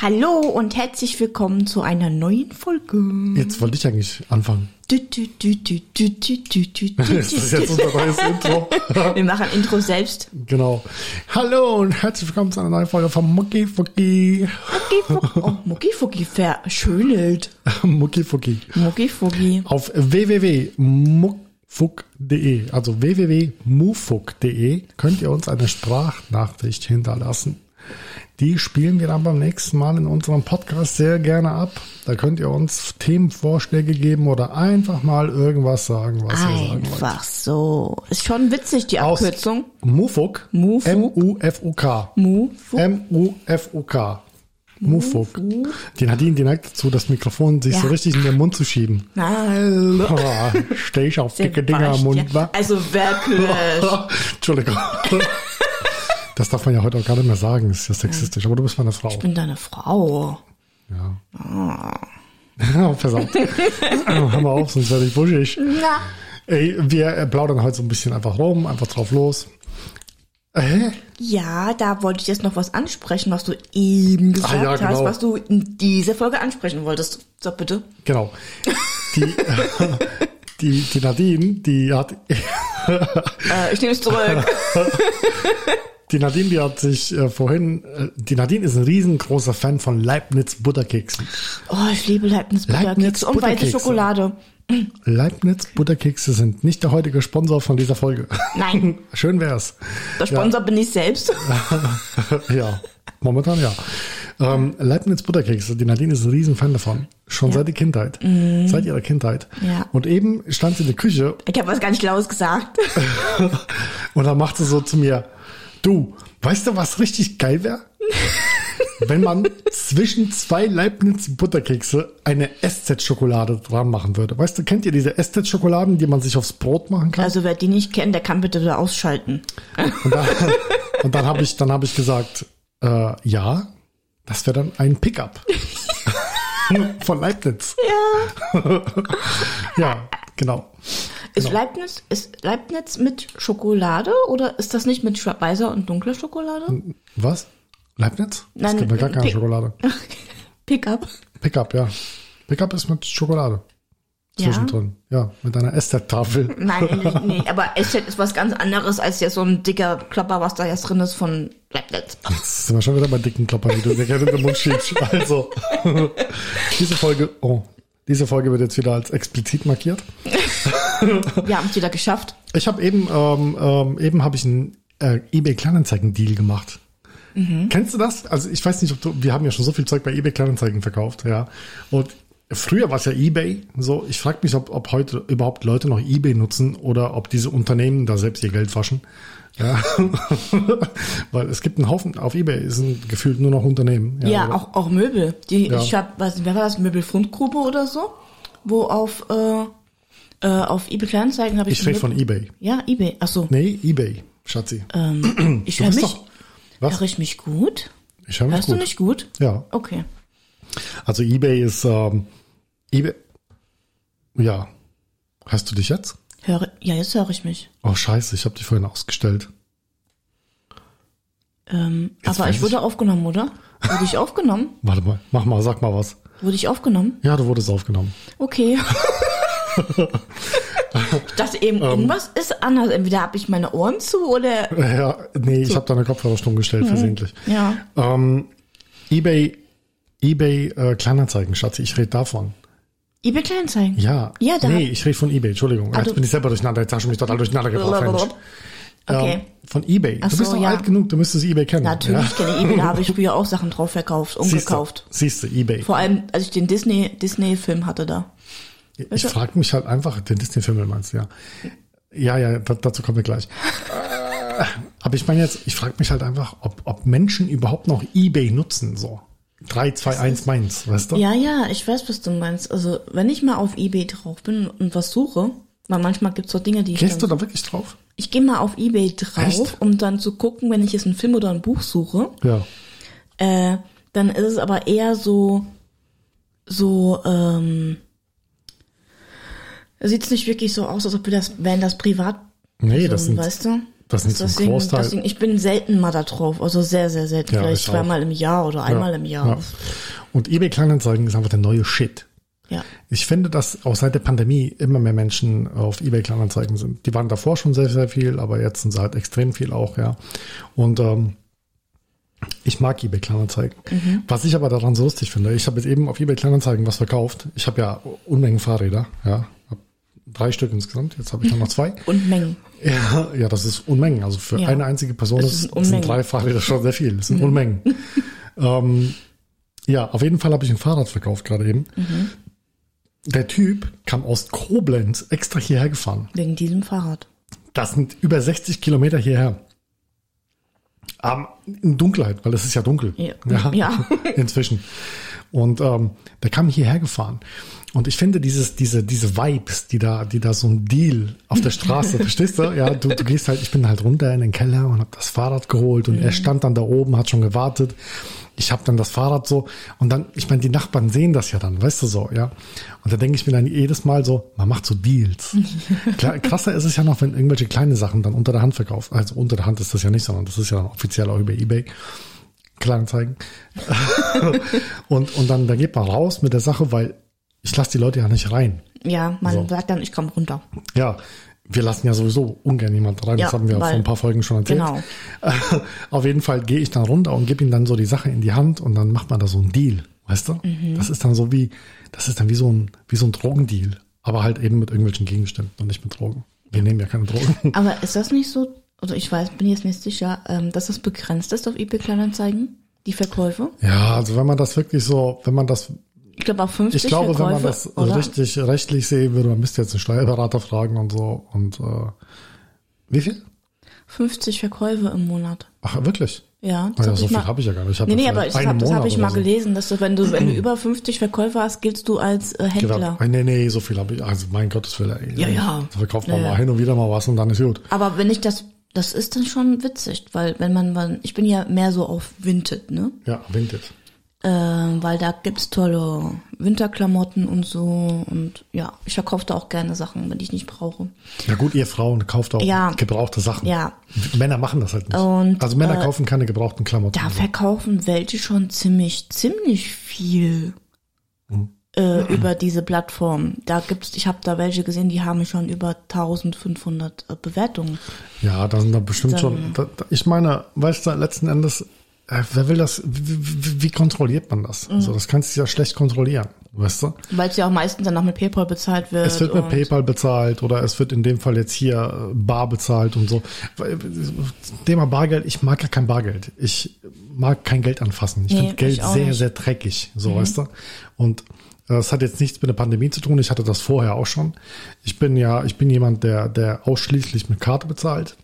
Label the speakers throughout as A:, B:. A: Hallo und herzlich willkommen zu einer neuen Folge.
B: Jetzt wollte ich eigentlich anfangen.
A: Du, du, du, du, du, du, du, du, du.
B: Das ist jetzt unser neues Intro.
A: Wir machen Intro selbst.
B: Genau. Hallo und herzlich willkommen zu einer neuen Folge von Mucki Fucki.
A: Muckifucki. Oh, Muckifucki verschönelt.
B: Mucki Fucki.
A: Muckifucki.
B: Auf www.muckfuck.de, also www.mufuck.de, könnt ihr uns eine Sprachnachricht hinterlassen. Die spielen wir dann beim nächsten Mal in unserem Podcast sehr gerne ab. Da könnt ihr uns Themenvorschläge geben oder einfach mal irgendwas sagen, was ihr sagen wollt.
A: Einfach so. Ist schon witzig, die
B: Aus-
A: Abkürzung.
B: Mufuk.
A: Mufuk.
B: M-U-F-U-K.
A: Mu,
B: Äh,
A: fu,
B: M-U-F-U-K. Mufuk. Die Nadine, die neigt dazu, das Mikrofon sich
A: Ja.
B: so richtig in den Mund zu schieben.
A: na, äh,
B: Ah, Steh ich auf dicke Dinger im Mund, wa?
A: Also wirklich.
B: Entschuldigung. Das darf man ja heute auch gar nicht mehr sagen, das ist ja sexistisch, aber du bist meine Frau.
A: Ich bin deine Frau.
B: Ja. Verdammt. Hör mal auf, sonst werde ich buschig.
A: Na.
B: Ey, wir äh, plaudern heute so ein bisschen einfach rum, einfach drauf los. Äh, Hä?
A: Ja, da wollte ich jetzt noch was ansprechen, was du eben gesagt
B: ja,
A: hast,
B: genau.
A: was du in dieser Folge ansprechen wolltest. So, bitte.
B: Genau. Die, die, die Nadine, die hat,
A: Äh, ich nehme es zurück.
B: die Nadine, die hat sich äh, vorhin, äh, die Nadine ist ein riesengroßer Fan von Leibniz Butterkeksen.
A: oh, ich liebe Leibniz
B: Leibniz
A: Butterkekse und weiße
B: Butterkekse.
A: Schokolade.
B: Leibniz Butterkekse sind nicht der heutige Sponsor von dieser Folge.
A: Nein,
B: Schön wär's.
A: der Sponsor bin ich selbst.
B: ja, momentan ja. Ähm, Leibniz Butterkekse, die Nadine ist ein Riesenfan davon. Schon seit der Kindheit. Seit ihrer Kindheit.
A: Ja.
B: Und eben stand sie in der Küche
A: Ich habe was ganz Schlaues gesagt.
B: und dann macht sie so zu mir, du, weißt du, was richtig geil wäre? Wenn man zwischen zwei Leibniz Butterkekse eine SZ-Schokolade dran machen würde. Weißt du, kennt ihr diese SZ-Schokoladen, die man sich aufs Brot machen kann?
A: Also wer die nicht kennt, der kann bitte da ausschalten.
B: Und dann, und dann habe ich, dann habe ich gesagt, äh, ja, das wäre dann ein Pickup von Leibniz. Ja. ja, genau.
A: Ist Leibniz ist Leibniz mit Schokolade oder ist das nicht mit schwa- weißer und dunkler Schokolade?
B: Was? Leibniz?
A: Nein,
B: es gibt ja gar keine
A: Pick-
B: Schokolade.
A: Pickup.
B: Pickup, ja. Pickup ist mit Schokolade
A: Ja.
B: zwischendrin. Ja, mit einer Ester-Tafel.
A: Nein, nee, aber Esset ist was ganz anderes als jetzt so ein dicker Klopper, was da jetzt drin ist von Leibniz.
B: Jetzt sind wir schon wieder bei dicken Klappern, die du dir gerne in den Mund schiebst. Also, diese Folge, oh, diese Folge wird jetzt wieder als explizit markiert.
A: Wir haben es wieder geschafft.
B: Ich habe eben, ähm, ähm, eben habe ich einen äh, eBay Kleinanzeigen Deal gemacht.
A: Mhm.
B: Kennst du das? Also ich weiß nicht, ob du, wir haben ja schon so viel Zeug bei eBay Kleinanzeigen verkauft, ja. Und früher war es ja eBay. So, ich frage mich, ob, ob heute überhaupt Leute noch eBay nutzen oder ob diese Unternehmen da selbst ihr Geld waschen. Ja, weil es gibt einen Haufen auf eBay sind gefühlt nur noch Unternehmen.
A: Ja,
B: aber-
A: auch, auch Möbel. Die,
B: Ja.
A: Ich hab, was, wer war das? Möbelfundgrube oder so? Wo auf, äh, äh, auf eBay Kleinanzeigen habe ich.
B: Ich rede
A: Möbel-
B: von eBay.
A: Ja, eBay. Achso,
B: Nee, eBay, Schatzi.
A: ich
B: du
A: höre
B: bist
A: Äh, mich.
B: doch- was?
A: Höre ich mich gut?
B: ich höre mich
A: Hörst
B: gut.
A: du mich gut?
B: Ja,
A: Okay.
B: Also eBay ist ähm, eBay. Ja. Hast du dich jetzt?
A: Höre, ja, jetzt höre ich mich.
B: Oh scheiße, ich habe dich vorhin ausgestellt.
A: Ähm,
B: Jetzt
A: aber
B: weiß
A: ich wurde aufgenommen, oder? Wurde ich aufgenommen?
B: Warte mal, mach mal, sag mal was.
A: Wurde ich aufgenommen?
B: Ja, du wurdest aufgenommen.
A: Okay. ich dachte
B: Ähm.
A: eben, irgendwas ist anders. Entweder habe ich meine Ohren zu oder.
B: Äh, Ja, nee, ich habe deine Kopfhörer stumm gestellt,
A: Mhm.
B: versehentlich.
A: Ja.
B: Ähm, eBay, eBay äh, Kleinanzeigen, Schatzi, ich rede davon.
A: eBay Kleinanzeigen.
B: Ja.
A: Ja, da- Ah,
B: Nee, ich rede von eBay, Entschuldigung.
A: du-
B: jetzt bin ich selber durcheinander, jetzt hast du mich total durcheinander gebracht. Mensch. Ähm,
A: Okay.
B: von eBay.
A: Ach
B: du bist
A: so,
B: doch
A: ja.
B: alt genug, du müsstest eBay kennen.
A: Natürlich kenne ich eBay, da habe ich früher auch Sachen drauf verkauft, umgekauft.
B: Siehst du, eBay.
A: Vor allem, als ich den Disney Disney Film hatte da.
B: Ich
A: Also-
B: frage mich halt einfach, den Disney-Film meinst du, ja. Ja, ja, da, dazu kommen wir gleich. Äh, Aber ich meine jetzt, ich frage mich halt einfach, ob, ob Menschen überhaupt noch Ebay nutzen, so. 3, 2, 1, meins, weißt du?
A: Ja, ja, ich weiß, was du meinst. Also, wenn ich mal auf eBay drauf bin und was suche, weil manchmal gibt's so Dinge, die ich
B: Gehst
A: dann,
B: du da wirklich drauf?
A: Ich gehe mal auf eBay drauf,
B: Echt?
A: um dann zu gucken, wenn ich jetzt einen Film oder ein Buch suche,
B: Ja.
A: äh, dann ist es aber eher so so ähm sieht's nicht wirklich so aus, als ob wir das wären das privat
B: Nee, das sind,
A: weißt du?
B: Das nicht zum
A: Deswegen,
B: Großteil.
A: deswegen, ich bin selten mal da drauf. Also sehr, sehr selten.
B: Ja,
A: Vielleicht
B: ich auch.
A: zweimal im Jahr oder einmal
B: Ja,
A: im Jahr.
B: Ja. Und eBay Kleinanzeigen ist einfach der neue Shit.
A: Ja.
B: Ich finde, dass auch seit der Pandemie immer mehr Menschen auf eBay Kleinanzeigen sind. Die waren davor schon sehr, sehr viel, aber jetzt sind sie halt extrem viel auch, ja. Und ähm, ich mag eBay Kleinanzeigen. Was ich aber daran so lustig finde, ich habe jetzt eben auf eBay Kleinanzeigen was verkauft. Ich habe ja Unmengen Fahrräder, ja. Hab drei Stück insgesamt. Jetzt habe ich nur noch zwei.
A: Und Mengen.
B: Ja, ja, das ist Unmengen. Also für
A: Ja.
B: eine einzige Person
A: Das ist
B: ist,
A: Unmengen. Mhm.
B: sind drei Fahrräder schon sehr viel. Das sind Unmengen. ähm, ja, auf jeden Fall habe ich ein Fahrrad verkauft gerade eben.
A: Mhm.
B: Der Typ kam aus Koblenz extra hierher gefahren.
A: Wegen diesem Fahrrad.
B: Das sind über 60 Kilometer hierher. Ähm, in Dunkelheit, weil es ist ja dunkel.
A: Ja. Ja.
B: Inzwischen. Und ähm, der kam hierher gefahren. Und ich finde dieses, diese, diese Vibes, die da, die da so ein Deal auf der Straße, verstehst du? Ja, du, du gehst halt, ich bin halt runter in den Keller und hab das Fahrrad geholt und er stand dann da oben, hat schon gewartet. Ich hab dann das Fahrrad so und dann, ich meine, die Nachbarn sehen das ja dann, weißt du so, ja. Und da denke ich mir dann jedes Mal so, man macht so Deals. Klar, krasser ist es ja noch, wenn irgendwelche kleine Sachen dann unter der Hand verkauft. Also unter der Hand ist das ja nicht, sondern das ist ja dann offiziell auch über Ebay. Kleinanzeigen. und, und dann, dann geht man raus mit der Sache, weil ich lasse die Leute ja nicht rein.
A: Ja, man
B: So.
A: sagt dann, ich komme runter.
B: Ja, wir lassen ja sowieso ungern jemanden rein. das
A: Ja,
B: haben wir vor
A: weil-
B: ein paar Folgen schon erzählt.
A: Genau.
B: Auf jeden Fall gehe ich dann runter und gebe ihm dann so die Sache in die Hand und dann macht man da so einen Deal, weißt du?
A: Mhm.
B: Das ist dann so wie, das ist dann wie so ein, wie so ein Drogendeal, aber halt eben mit irgendwelchen Gegenständen und nicht mit Drogen. Wir nehmen ja keine Drogen.
A: Aber ist das nicht so, also ich weiß, bin jetzt nicht sicher, ähm, dass das begrenzt ist auf eBay-Kleinanzeigen, die Verkäufe?
B: Ja, also wenn man das wirklich so, wenn man das
A: Ich glaube auch 50
B: Ich glaube,
A: Verkäufe,
B: wenn man das
A: oder?
B: richtig rechtlich sehen würde, man müsste jetzt einen Steuerberater fragen und so. Und äh, wie viel?
A: 50 Verkäufe im Monat.
B: Ach, wirklich?
A: Ja, das
B: Naja,
A: hab
B: so
A: ich
B: viel
A: mal-
B: habe ich ja gar nicht. Ich hab
A: Nee,
B: ja
A: nee, aber
B: vielleicht
A: ich hab,
B: einen
A: das
B: Monat
A: habe ich
B: oder
A: mal
B: so.
A: gelesen, dass du, wenn du, wenn du über 50 Verkäufe hast, giltst du als äh, Händler.
B: Gedacht, nee, nee, so viel habe ich. Also mein Gottes Willen. ey.
A: Ja, ja.
B: Da verkauft man
A: Ja,
B: mal
A: ja.
B: hin und wieder mal was und dann ist gut.
A: Aber wenn ich das, das ist dann schon witzig, weil wenn man, man ich bin ja mehr so auf Vinted, ne?
B: Ja, Vinted.
A: Äh, weil da gibt's tolle Winterklamotten und so und ja, ich verkaufe da auch gerne Sachen, wenn ich nicht brauche.
B: Ja gut, ihr Frauen kauft auch
A: Ja.
B: gebrauchte Sachen.
A: Ja.
B: Männer machen das halt nicht.
A: Und, äh,
B: also Männer kaufen keine gebrauchten Klamotten.
A: Da verkaufen welche schon ziemlich, ziemlich viel
B: Mhm.
A: äh, über diese Plattform. Da gibt's, ich habe da welche gesehen, die haben schon über 1500 äh, Bewertungen.
B: Ja, da sind da bestimmt
A: Dann-
B: schon. Da, da, ich meine, weißt du, letzten Endes, äh, wer will das, wie, wie, wie kontrolliert man
A: Mhm.
B: das? Also, das kannst du ja schlecht kontrollieren, weißt du?
A: Weil es ja auch meistens dann noch mit PayPal bezahlt wird.
B: Es wird mit
A: und-
B: PayPal bezahlt oder es wird in dem Fall jetzt hier äh, bar bezahlt und so. Weil, äh, Thema Bargeld, ich mag ja kein Bargeld. Ich mag kein Geld anfassen. Ich
A: Nee,
B: finde Geld
A: ich auch
B: sehr,
A: nicht. Mhm.
B: sehr dreckig, so weißt du. Und äh, das hat jetzt nichts mit der Pandemie zu tun. Ich hatte das vorher auch schon. Ich bin ja, ich bin jemand, der, der ausschließlich mit Karte bezahlt.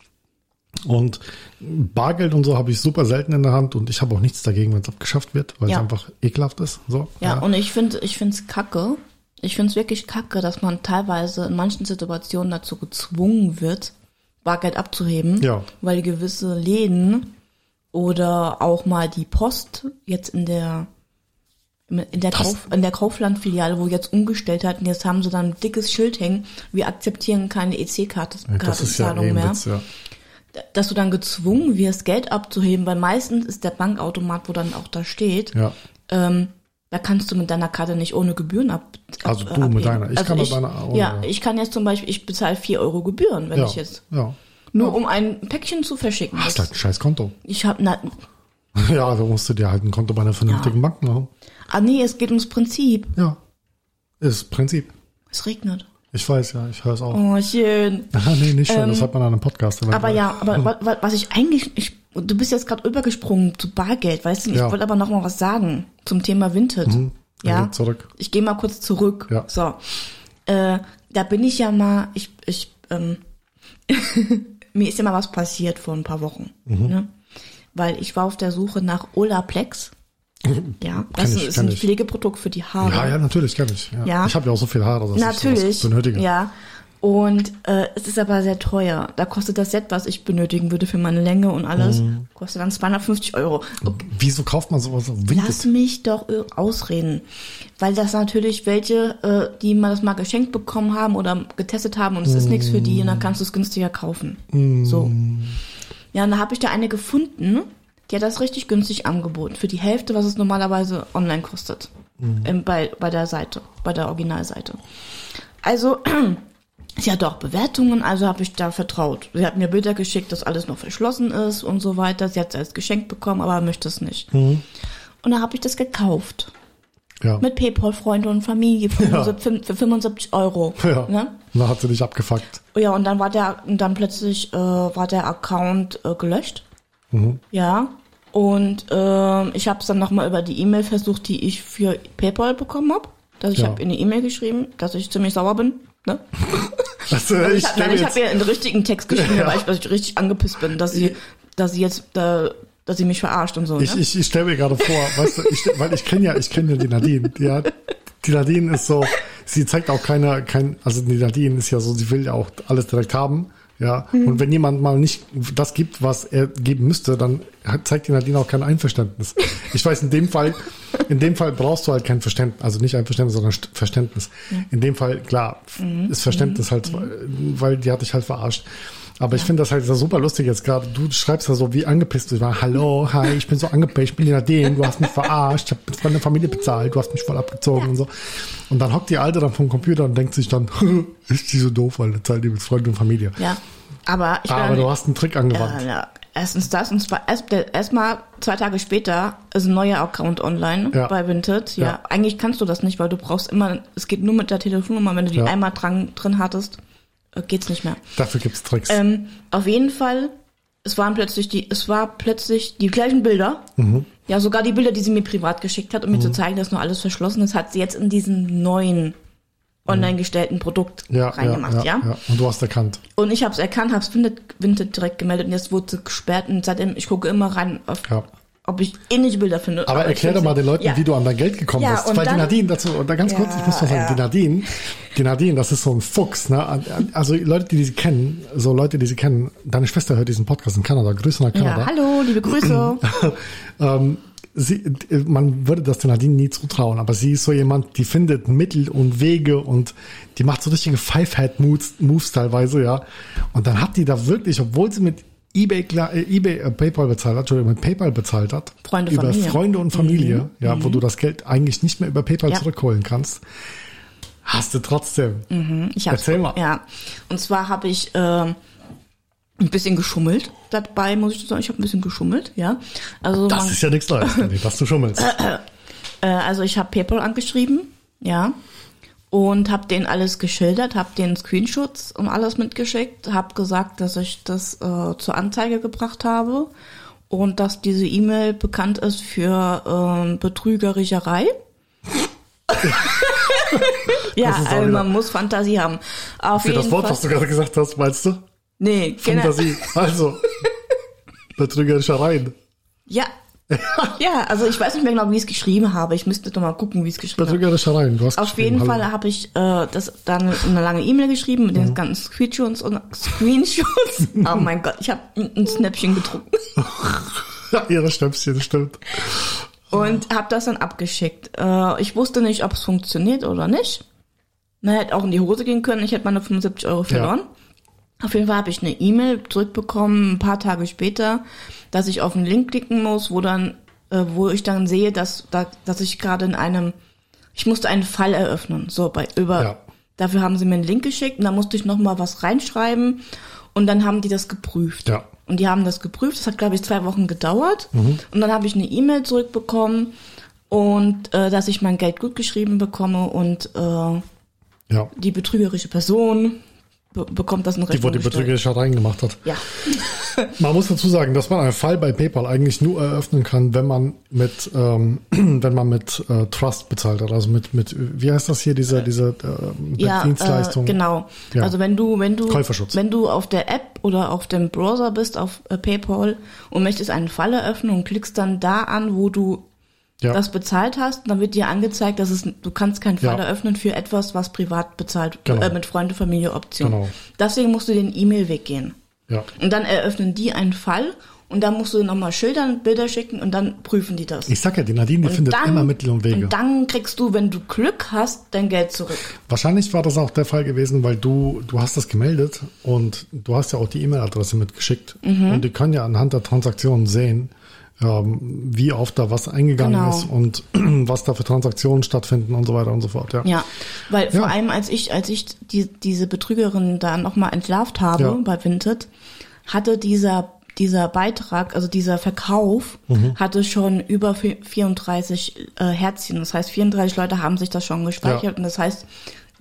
B: Und Bargeld und so habe ich super selten in der Hand und ich habe auch nichts dagegen, wenn es abgeschafft wird, weil es
A: Ja.
B: einfach ekelhaft ist. So.
A: Ja, und ich finde ich find's kacke. Ich find's wirklich kacke, dass man teilweise in manchen Situationen dazu gezwungen wird, Bargeld abzuheben,
B: Ja.
A: weil gewisse Läden oder auch mal die Post jetzt in der in der, Kauf, in der Kauflandfiliale, wo jetzt umgestellt hat, und jetzt haben sie dann ein dickes Schild hängen, wir akzeptieren keine EC-Karte
B: das ist ja eh
A: Kartenzahlung
B: ein
A: mehr
B: Witz, ja.
A: dass du dann gezwungen wirst, Geld abzuheben, weil meistens ist der Bankautomat, wo dann auch da steht,
B: Ja.
A: ähm, da kannst du mit deiner Karte nicht ohne Gebühren ab. ab
B: Also du mit deiner. Ich kann mit meiner ohne,
A: Ja,
B: ja.
A: ich kann jetzt zum Beispiel, ich bezahle 4 Euro Gebühren, wenn
B: Ja.
A: ich jetzt.
B: ja.
A: Nur um ein Päckchen zu verschicken.
B: Hast halt ein scheiß Konto.
A: Ich habe, na,
B: Ja, da musst du dir halt ein Konto bei einer vernünftigen Bank machen.
A: ah nee, es geht ums Prinzip.
B: Ja. Ist Prinzip.
A: Es regnet.
B: Ich weiß, ja, ich höre es auch.
A: Oh, schön.
B: Ah, nee, nicht schön, das hat man an einem Podcast.
A: Ähm, Aber
B: eventuell.
A: ja, aber wa- wa- was ich eigentlich, ich, du bist jetzt gerade übergesprungen zu Bargeld, weißt du? Ich
B: Ja. Mhm.
A: wollte aber noch mal was sagen zum Thema Vinted.
B: Dann
A: Ja.
B: geht Zurück.
A: Ich gehe mal kurz zurück.
B: Ja.
A: So, äh, da bin ich ja mal, ich, ich, ähm, mir ist ja mal was passiert vor ein paar Wochen,
B: Mhm.
A: ne? weil ich war auf der Suche nach Olaplex. Ja, das
B: ich,
A: ist
B: kenn
A: ein
B: ich.
A: Pflegeprodukt für die Haare.
B: Ja, ja, natürlich, kenn ich. Ja.
A: Ja.
B: Ich habe ja auch so viel Haare, dass ich
A: Natürlich.
B: sowas benötige.
A: Ja. Und äh, es ist aber sehr teuer. Da kostet das Set, was ich benötigen würde für meine Länge und alles,
B: Mhm.
A: kostet dann 250 Euro. Okay,
B: Wieso kauft man sowas auf
A: lass
B: Vinted?
A: mich doch ir- ausreden. Weil das natürlich welche, äh, die mal das mal geschenkt bekommen haben oder getestet haben und es ist nichts für die und dann kannst du es günstiger kaufen. So. Ja, und da habe ich da eine gefunden, die hat das richtig günstig angeboten. Für die Hälfte, was es normalerweise online kostet. Ähm, bei, bei der Seite, bei der Originalseite. Also, sie hat auch Bewertungen, also habe ich da vertraut. Sie hat mir Bilder geschickt, dass alles noch verschlossen ist und so weiter. Sie hat es als Geschenk bekommen, aber möchte es nicht. Und da habe ich das gekauft.
B: Ja.
A: Mit PayPal, Freunde und Familie für,
B: Ja.
A: 75, für 75 Euro.
B: ja.
A: Ne?
B: Da hat sie dich abgefuckt.
A: ja, und dann war der, und dann plötzlich äh, war der Account äh, gelöscht.
B: Mhm.
A: Ja. Und ähm, ich habe es dann nochmal über die E-Mail versucht, die ich für PayPal bekommen hab Dass ich
B: Ja.
A: habe in die E-Mail geschrieben, dass ich ziemlich sauer bin. Ne?
B: Also,
A: Ich, hab-
B: stell
A: nein, ich
B: jetzt-
A: habe ihr einen richtigen Text geschrieben,
B: Ja.
A: weil, ich, weil ich richtig angepisst bin, dass sie, dass sie jetzt, äh, dass sie mich verarscht und so.
B: Ich,
A: ne?
B: ich, ich stelle mir gerade vor, weißt du, ich, stell- weil ich kenne ja, ich kenne ja die Nadine. Die, hat, die Nadine ist so, sie zeigt auch keiner, kein, also die Nadine ist ja so, sie will ja auch alles direkt haben. Ja,
A: Mhm.
B: und wenn jemand mal nicht das gibt, was er geben müsste, dann hat- zeigt die Nadine auch kein Einverständnis. Ich weiß, in dem Fall, in dem Fall brauchst du halt kein Verständnis, also nicht Einverständnis, sondern St- Verständnis.
A: Mhm.
B: In dem Fall, klar, ist Verständnis halt, weil die hat dich halt verarscht. Aber ich finde das halt so super lustig jetzt gerade. Du schreibst ja so, wie angepisst du warst. Hallo, hi, ich bin so angepisst, ich bin jeder den, du hast mich verarscht, ich habe von der Familie bezahlt, du hast mich voll abgezogen und so. Und dann hockt die Alte dann vom Computer und denkt sich dann, ist die so doof, Alter, zahlt die mit Freunden und Familie.
A: Ja, aber ich bin
B: Ah, Aber
A: dann-
B: du hast einen Trick angewandt.
A: ja, ja. Erstens das und zwar erst- der- erstmal zwei Tage später ist ein neuer Account online
B: Ja.
A: bei Vinted. Ja.
B: Ja.
A: eigentlich kannst du das nicht, weil du brauchst immer, es geht nur mit der Telefonnummer, wenn du die
B: Ja.
A: einmal dran, drin hattest, äh, geht's nicht mehr.
B: Dafür gibt's Tricks.
A: Ähm, auf jeden Fall, es waren plötzlich die, es war plötzlich die gleichen Bilder.
B: Mhm.
A: Ja, sogar die Bilder, die sie mir privat geschickt hat, um mir zu zeigen, dass nur alles verschlossen ist, hat sie jetzt in diesem neuen online gestellten Produkt
B: Mhm. ja,
A: reingemacht, ja?
B: Und du hast erkannt.
A: Und ich habe es erkannt, habe es Vinted, Vinted direkt gemeldet und jetzt wurde es gesperrt und seitdem, ich gucke immer rein, auf,
B: Ja.
A: ob ich ähnliche Bilder finde.
B: Aber erklär doch mal den Leuten,
A: ja.
B: wie du an dein Geld gekommen
A: Ja,
B: bist.
A: und
B: Weil die
A: dann-
B: Nadine, dazu, und da ganz
A: Ja,
B: kurz, ich muss noch sagen,
A: ja.
B: die Nadine, die Nadine, das ist so ein Fuchs, ne? An- an- Also Leute, die sie kennen, so Leute, die sie kennen, deine Schwester hört diesen Podcast in Kanada, Grüße nach Kanada.
A: Ja, hallo, liebe Grüße.
B: ähm, sie, äh, man würde das der Nadine nie zutrauen, aber sie ist so jemand, die findet Mittel und Wege und die macht so richtige Five-Head-Moves Moves teilweise, ja. Und dann hat die da wirklich, obwohl sie mit eBay, klar- äh, eBay äh, PayPal bezahlt hat, Entschuldigung, mit PayPal bezahlt hat,
A: Freunde,
B: über
A: Familie.
B: Freunde und Familie, ja, wo du das Geld eigentlich nicht mehr über PayPal
A: Mhm. Ja.
B: zurückholen kannst, hast du trotzdem.
A: Ich hab's,
B: Erzähl mal.
A: Ja. Und zwar habe ich ähm, ein bisschen geschummelt dabei, muss ich sagen. Ich habe ein bisschen geschummelt, ja. Also,
B: Das
A: man,
B: ist ja nichts Neues, Nadine, dass du schummelst.
A: äh, also ich habe PayPal angeschrieben, ja. Und habe denen alles geschildert, habe denen Screenshots und alles mitgeschickt, habe gesagt, dass ich das äh, zur Anzeige gebracht habe und dass diese E-Mail bekannt ist für ähm, Betrügericherei. ja,
B: Das ist auch
A: also
B: wieder-
A: man muss Fantasie haben. Auf
B: Für
A: jeden
B: das Wort,
A: Fall.
B: was du gerade gesagt hast, meinst du?
A: Nee, genau.
B: Fantasie. Also, Betrügereien.
A: Ja. ja, also ich weiß nicht mehr genau, wie ich es geschrieben habe. Ich müsste doch mal gucken, wie ich es geschrieben habe.
B: Betrügereien. Du hast
A: Auf jeden
B: geschrieben,
A: Fall habe ich äh, das dann eine lange E-Mail geschrieben mit den ganzen Screenshots und Screenshots. Oh mein Gott, ich habe ein ein Snäppchen gedruckt
B: Hallo. Ihre Schnäpschen, stimmt.
A: und habe das dann abgeschickt. Äh, ich wusste nicht, ob es funktioniert oder nicht. Na, hätte auch in die Hose gehen können. Ich hätte meine 75 Euro verloren. Auf jeden Fall habe ich eine E-Mail zurückbekommen, ein paar Tage später, dass ich auf einen Link klicken muss, wo dann, äh, wo ich dann sehe, dass, da, dass ich gerade in einem, ich musste einen Fall eröffnen. So, bei über.
B: Ja.
A: Dafür haben sie mir einen Link geschickt und da musste ich nochmal was reinschreiben und dann haben die das geprüft.
B: Ja. Mhm.
A: Und die haben das geprüft. Das hat, glaube ich, zwei Wochen gedauert. Und dann habe ich eine E-Mail zurückbekommen und äh, dass ich mein Geld gut geschrieben bekomme und äh,
B: Ja.
A: die betrügerische Person be bekommt das in
B: Die,
A: Rechnung
B: wo die
A: gestellt.
B: Betrügereien gemacht hat.
A: Ja,
B: Man muss dazu sagen, dass man einen Fall bei PayPal eigentlich nur eröffnen kann, wenn man mit, ähm, wenn man mit äh, Trust bezahlt hat. Also mit, mit, wie heißt das hier, diese, diese äh,
A: ja
B: Dienstleistung?
A: äh, genau.
B: Ja.
A: Also wenn du, wenn du,
B: Käuferschutz.
A: wenn du auf der App oder auf dem Browser bist, auf äh, PayPal und möchtest einen Fall eröffnen und klickst dann da an, wo du
B: Ja.
A: das bezahlt hast, dann wird dir angezeigt, dass es du kannst keinen Fall
B: Ja.
A: eröffnen für etwas, was privat bezahlt
B: Genau.
A: äh, mit Freunde, Familie Option.
B: Genau.
A: Deswegen musst du den E-Mail weggehen.
B: Ja.
A: Und dann eröffnen die einen Fall und dann musst du nochmal schildern, Bilder schicken und dann prüfen die das.
B: Ich sag ja, die Nadine die
A: und
B: findet immer Mittel und Wege.
A: Und dann kriegst du, wenn du Glück hast, dein Geld zurück.
B: Wahrscheinlich war das auch der Fall gewesen, weil du, du hast das gemeldet und du hast ja auch die E-Mail-Adresse mitgeschickt.
A: Mhm.
B: Und die können ja anhand der Transaktionen sehen, ähm, wie oft da was eingegangen
A: Genau.
B: ist und was da für Transaktionen stattfinden und so weiter und so fort. Ja.
A: Ja, weil
B: Ja.
A: vor allem als ich, als ich die, diese Betrügerin da nochmal entlarvt habe
B: Ja.
A: bei Vinted, hatte dieser, dieser Beitrag, also dieser Verkauf,
B: Mhm.
A: hatte schon über vi- 34 äh, Herzchen. Das heißt, 34 Leute haben sich das schon gespeichert
B: Ja.
A: und das heißt,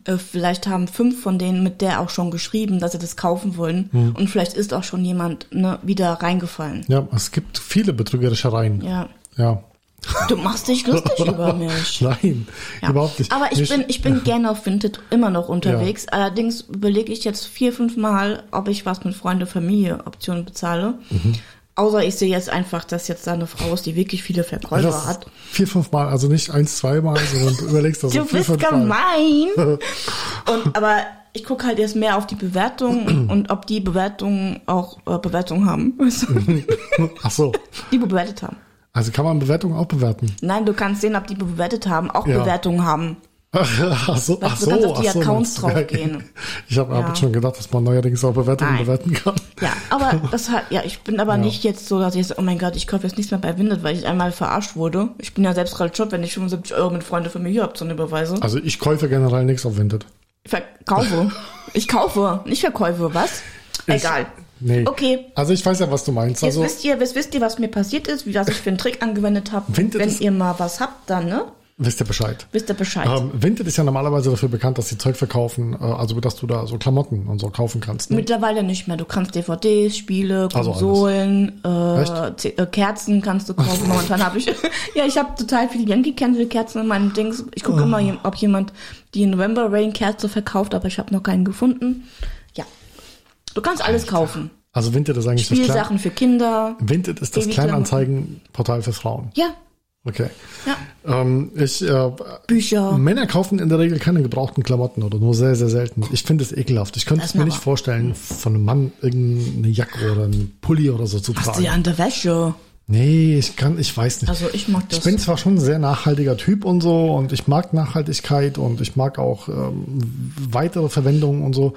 A: äh, Vielleicht haben fünf von denen mit der auch schon geschrieben, dass sie das kaufen wollen.
B: Mhm.
A: Und vielleicht ist auch schon jemand ne, wieder reingefallen.
B: ja, es gibt viele betrügerische Reihen.
A: Ja.
B: ja.
A: Du machst dich lustig über mich.
B: Nein,
A: Ja.
B: überhaupt nicht.
A: Aber ich
B: Mir
A: bin, ich bin gerne auf Vinted immer noch unterwegs. Allerdings überlege ich jetzt vier, fünf Mal, ob ich was mit Freunde, Familie Optionen bezahle.
B: Mhm.
A: Außer ich sehe jetzt einfach, dass jetzt da eine Frau ist, die wirklich viele Verkäufer
B: das
A: hat.
B: Also vier, fünf Mal, also nicht eins, zwei Mal, sondern du überlegst das
A: Du
B: so also vier,
A: bist
B: fünf Mal.
A: gemein. Und, aber ich gucke halt jetzt mehr auf die Bewertungen und ob die Bewertungen auch äh, Bewertungen haben. Weißt
B: Mhm.
A: du?
B: Ach so,
A: die bewertet haben.
B: also kann man Bewertungen auch bewerten.
A: Nein, du kannst sehen, ob die bewertet haben, auch
B: Ja.
A: Bewertungen haben.
B: Ach so, ach
A: Weißt du,
B: so,
A: du kannst auf die
B: ach so,
A: Accounts
B: meinst du, ja.
A: draufgehen.
B: Ich habe
A: Ja.
B: hab schon gedacht, dass man neuerdings auch Bewertungen
A: Nein.
B: bewerten kann.
A: Ja, aber das hat, ja, ich bin aber nicht jetzt so, dass ich jetzt, oh mein Gott, ich kaufe jetzt nichts mehr bei Windet, weil ich einmal verarscht wurde. Ich bin ja selbst gerade Job, wenn ich 75 Euro mit Freunde Familie Option überweise.
B: Also ich käufe generell nichts auf Vinted.
A: Ich verkaufe. ich kaufe, nicht verkäufe, was? Egal.
B: Nee.
A: Okay.
B: Also ich weiß ja, was du meinst.
A: Jetzt
B: Also
A: wisst ihr, jetzt wisst ihr, was mir passiert ist, wie was ich für einen Trick angewendet habe.
B: Vinted
A: Wenn
B: ist-
A: ihr mal was habt, dann, ne?
B: wisst ihr Bescheid.
A: Wisst ihr Bescheid.
B: Ähm, Vinted ist ja normalerweise dafür bekannt, dass sie Zeug verkaufen, äh, also dass du da so Klamotten und so kaufen kannst. Ne?
A: Mittlerweile nicht mehr. Du kannst DVDs, Spiele,
B: Also alles.
A: Konsolen, äh,
B: Echt?
A: Z- äh, Kerzen kannst du kaufen. Momentan habe ich, ja, ich habe total viele Yankee Candle Kerzen in meinem Dings. Ich
B: Oh.
A: gucke immer, je- ob jemand die November Rain Kerze verkauft, aber ich habe noch keinen gefunden. Ja, du kannst alles kaufen.
B: Also Vinted ist eigentlich das Klein
A: Spielsachen für Kinder.
B: Vinted ist das
A: Baby-
B: Kleinanzeigenportal für Frauen.
A: Ja,
B: Okay.
A: ja,
B: Ähm, ich äh,
A: Bücher.
B: Männer kaufen in der Regel keine gebrauchten Klamotten oder nur sehr, sehr selten. Ich finde es ekelhaft. Ich könnte
A: Das
B: es mir
A: ist
B: nicht
A: aber-
B: vorstellen, von einem Mann irgendeine Jacke oder einen Pulli oder so zu
A: Hast
B: tragen.
A: du ja an der Wäsche.
B: Nee, ich kann, ich weiß nicht.
A: Also ich mag das.
B: ich bin zwar schon ein sehr nachhaltiger Typ und so und ich mag Nachhaltigkeit und ich mag auch ähm, weitere Verwendungen und so.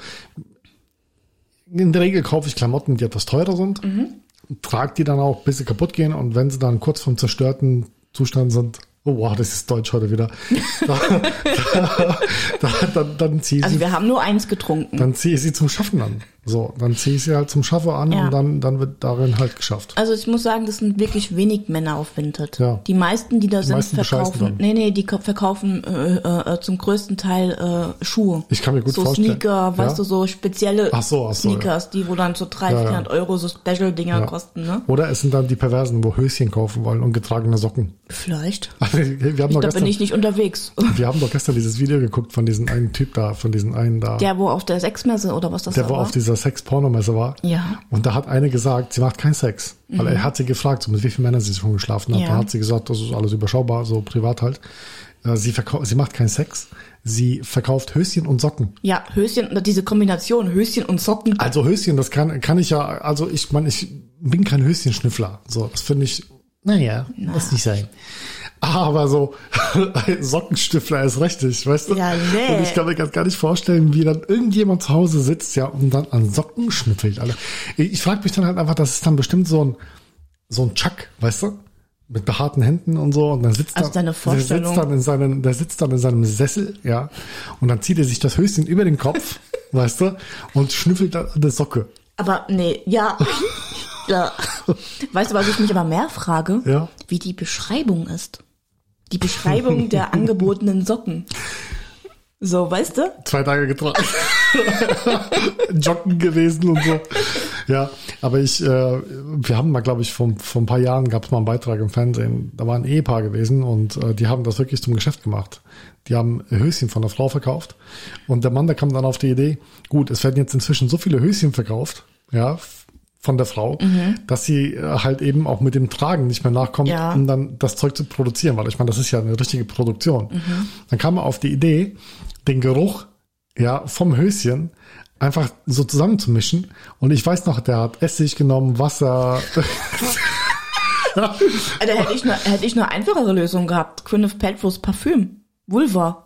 B: In der Regel kaufe ich Klamotten, die etwas teurer sind,
A: Mhm.
B: trage die dann auch, bis sie kaputt gehen und wenn sie dann kurz vom zerstörten Zustand sind, oh wow, das ist deutsch heute wieder, da, da, da, dann, dann ziehe ich sie
A: also wir haben nur eins getrunken.
B: dann ziehe ich sie zum Schaffen an. So, dann ziehe ich sie halt zum Schaffen an
A: Ja.
B: und dann, dann wird darin halt geschafft.
A: Also ich muss sagen, das sind wirklich wenig Männer auf Vinted.
B: Ja.
A: Die meisten, die da sind,
B: meisten bescheißen
A: verkaufen.
B: dann.
A: Nee, nee, die ko- verkaufen äh, äh, zum größten Teil äh, Schuhe.
B: Ich kann mir gut
A: so
B: vorstellen.
A: Sneaker,
B: Ja.
A: weißt du, so spezielle
B: Ach so, ach so,
A: Sneakers, die wo dann so 300,
B: Ja, ja.
A: 400 Euro so Special-Dinger
B: Ja.
A: kosten, ne?
B: Oder es sind dann die Perversen, wo Höschen kaufen wollen und getragene Socken.
A: Vielleicht.
B: Wir haben,
A: Da bin
B: doch gestern,
A: ich nicht unterwegs.
B: wir haben doch gestern dieses Video geguckt von diesem einen Typ da, von diesem einen da,
A: Der, wo auf der Sexmesse oder was das
B: der
A: da
B: wo
A: war.
B: auf dieser Sex-Pornomesse war.
A: Ja. Mhm.
B: Und da hat eine gesagt, sie macht keinen Sex. Weil er hat sie gefragt, so mit wie vielen Männern sie schon geschlafen hat.
A: Ja.
B: Da hat sie gesagt, das ist alles überschaubar, so privat halt. Äh, Sie, verkau- sie macht keinen Sex. Sie verkauft Höschen und Socken.
A: ja, Höschen, diese Kombination, Höschen und Socken.
B: Also Höschen, das kann, kann ich ja, also ich meine, ich bin kein Höschenschnüffler. So, das finde ich, naja, muss nicht sein. Aber so Sockenstiffler ist richtig, weißt du?
A: Ja, nee.
B: Und ich kann mir ganz gar nicht vorstellen, wie dann irgendjemand zu Hause sitzt ja und dann an Socken schnüffelt. Alter. Ich, ich frage mich dann halt einfach, das ist dann bestimmt so ein, so ein Chuck, weißt du? Mit behaarten Händen und so und dann sitzt
A: Also
B: dann,
A: deine
B: Der
A: Vorstellung.
B: sitzt dann in seinem, der sitzt dann in seinem Sessel, ja, und dann zieht er sich das Höschen über den Kopf, weißt du, und schnüffelt dann an der Socke.
A: Aber nee, ja. ja. Weißt du, was ich mich aber mehr frage?
B: Ja.
A: Wie die Beschreibung ist. Die Beschreibung der angebotenen Socken. So, weißt du?
B: Zwei Tage getragen. Joggen gewesen und so. Ja, aber ich, äh, wir haben mal, glaube ich, vor, vor ein paar Jahren gab es mal einen Beitrag im Fernsehen. Da war ein Ehepaar gewesen und äh, die haben das wirklich zum Geschäft gemacht. Die haben Höschen von der Frau verkauft und der Mann, der kam dann auf die Idee, gut, es werden jetzt inzwischen so viele Höschen verkauft, ja, von der Frau, dass sie äh, halt eben auch mit dem Tragen nicht mehr nachkommt,
A: Ja.
B: um dann das Zeug zu produzieren, weil ich meine, das ist ja eine richtige Produktion. Dann kam man auf die Idee, den Geruch ja vom Höschen einfach so zusammenzumischen. Und ich weiß noch, der hat Essig genommen, Wasser.
A: Äh, Da hätte ich, nur, hätte ich nur einfachere Lösung gehabt. Gwyneth Paltrow's Parfüm. Vulva.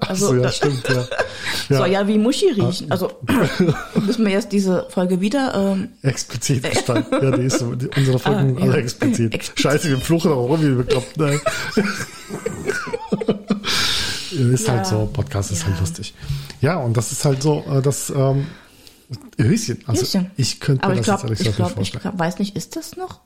A: Also,
B: so, ja,
A: da-
B: stimmt. Oh Ja.
A: soll ja wie Muschi riechen. Also müssen wir jetzt diese Folge wieder. Ähm,
B: Explizit gestanden. Ja, die ist so, die, unsere Folgen
A: Ah,
B: alle
A: ja.
B: explizit.
A: Explizit.
B: Scheiße, wir fluchen auch rum, wie wir bekloppt. ne? Nein. ist
A: Ja.
B: halt so, Podcast ist halt
A: Ja.
B: lustig. Ja, und das ist halt so, äh, das ähm, Höschen. Also
A: Höschen.
B: ich könnte
A: aber
B: mir
A: ich
B: das
A: glaube,
B: jetzt ehrlich
A: ich,
B: gesagt nicht
A: glaub, ich
B: vorstellen.
A: glaub, weiß nicht, ist das noch?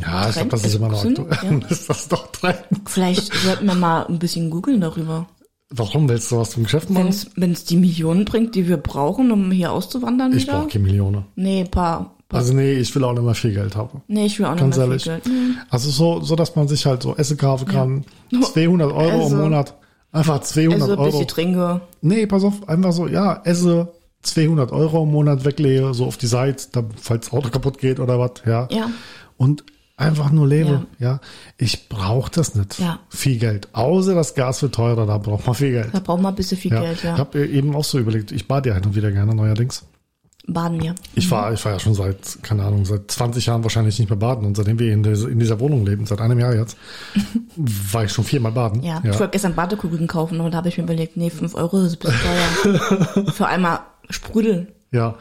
B: ja, ich glaube, das ist
A: Trend
B: immer noch
A: ist
B: aktuell. Ist das doch Trend?
A: Vielleicht sollten wir mal ein bisschen googeln darüber.
B: Warum willst du was zum Geschäft machen?
A: Wenn es die Millionen bringt, die wir brauchen, um hier auszuwandern
B: Ich
A: wieder.
B: brauche keine Millionen.
A: Nee, paar. paar.
B: Also nee, ich will auch nicht mehr viel Geld haben.
A: Nee, ich will auch noch
B: Ganz
A: mehr viel
B: ehrlich.
A: Geld. Hm.
B: Also so, so, dass man sich halt so Essen kaufen kann. 200 Euro
A: Also-
B: im Monat. Einfach 200
A: Also ein
B: Euro.
A: bisschen trinke.
B: Nee, pass auf, einfach so, ja, esse 200 Euro im Monat weglege, so auf die Seite, da, falls das Auto kaputt geht oder was, ja.
A: Ja.
B: Und einfach nur lebe, ja. Ich brauche das nicht.
A: Ja.
B: Viel Geld. Außer das Gas wird teurer, da braucht man viel Geld.
A: Da braucht man ein bisschen viel
B: Ja.
A: Geld,
B: Ich
A: ja.
B: habe eben auch so überlegt, ich bade ja hin und wieder gerne neuerdings.
A: Baden wir.
B: Ich war, ich war ja schon seit, keine Ahnung, seit 20 Jahren wahrscheinlich nicht mehr baden. Und seitdem wir in, diese, in dieser Wohnung leben, seit einem Jahr jetzt, war ich schon viermal baden.
A: Ja. Ich wollte gestern Badekugeln kaufen, aber da habe ich mir überlegt, nee, 5 Euro ist ein bisschen teuer. Für einmal sprudeln.
B: Ja,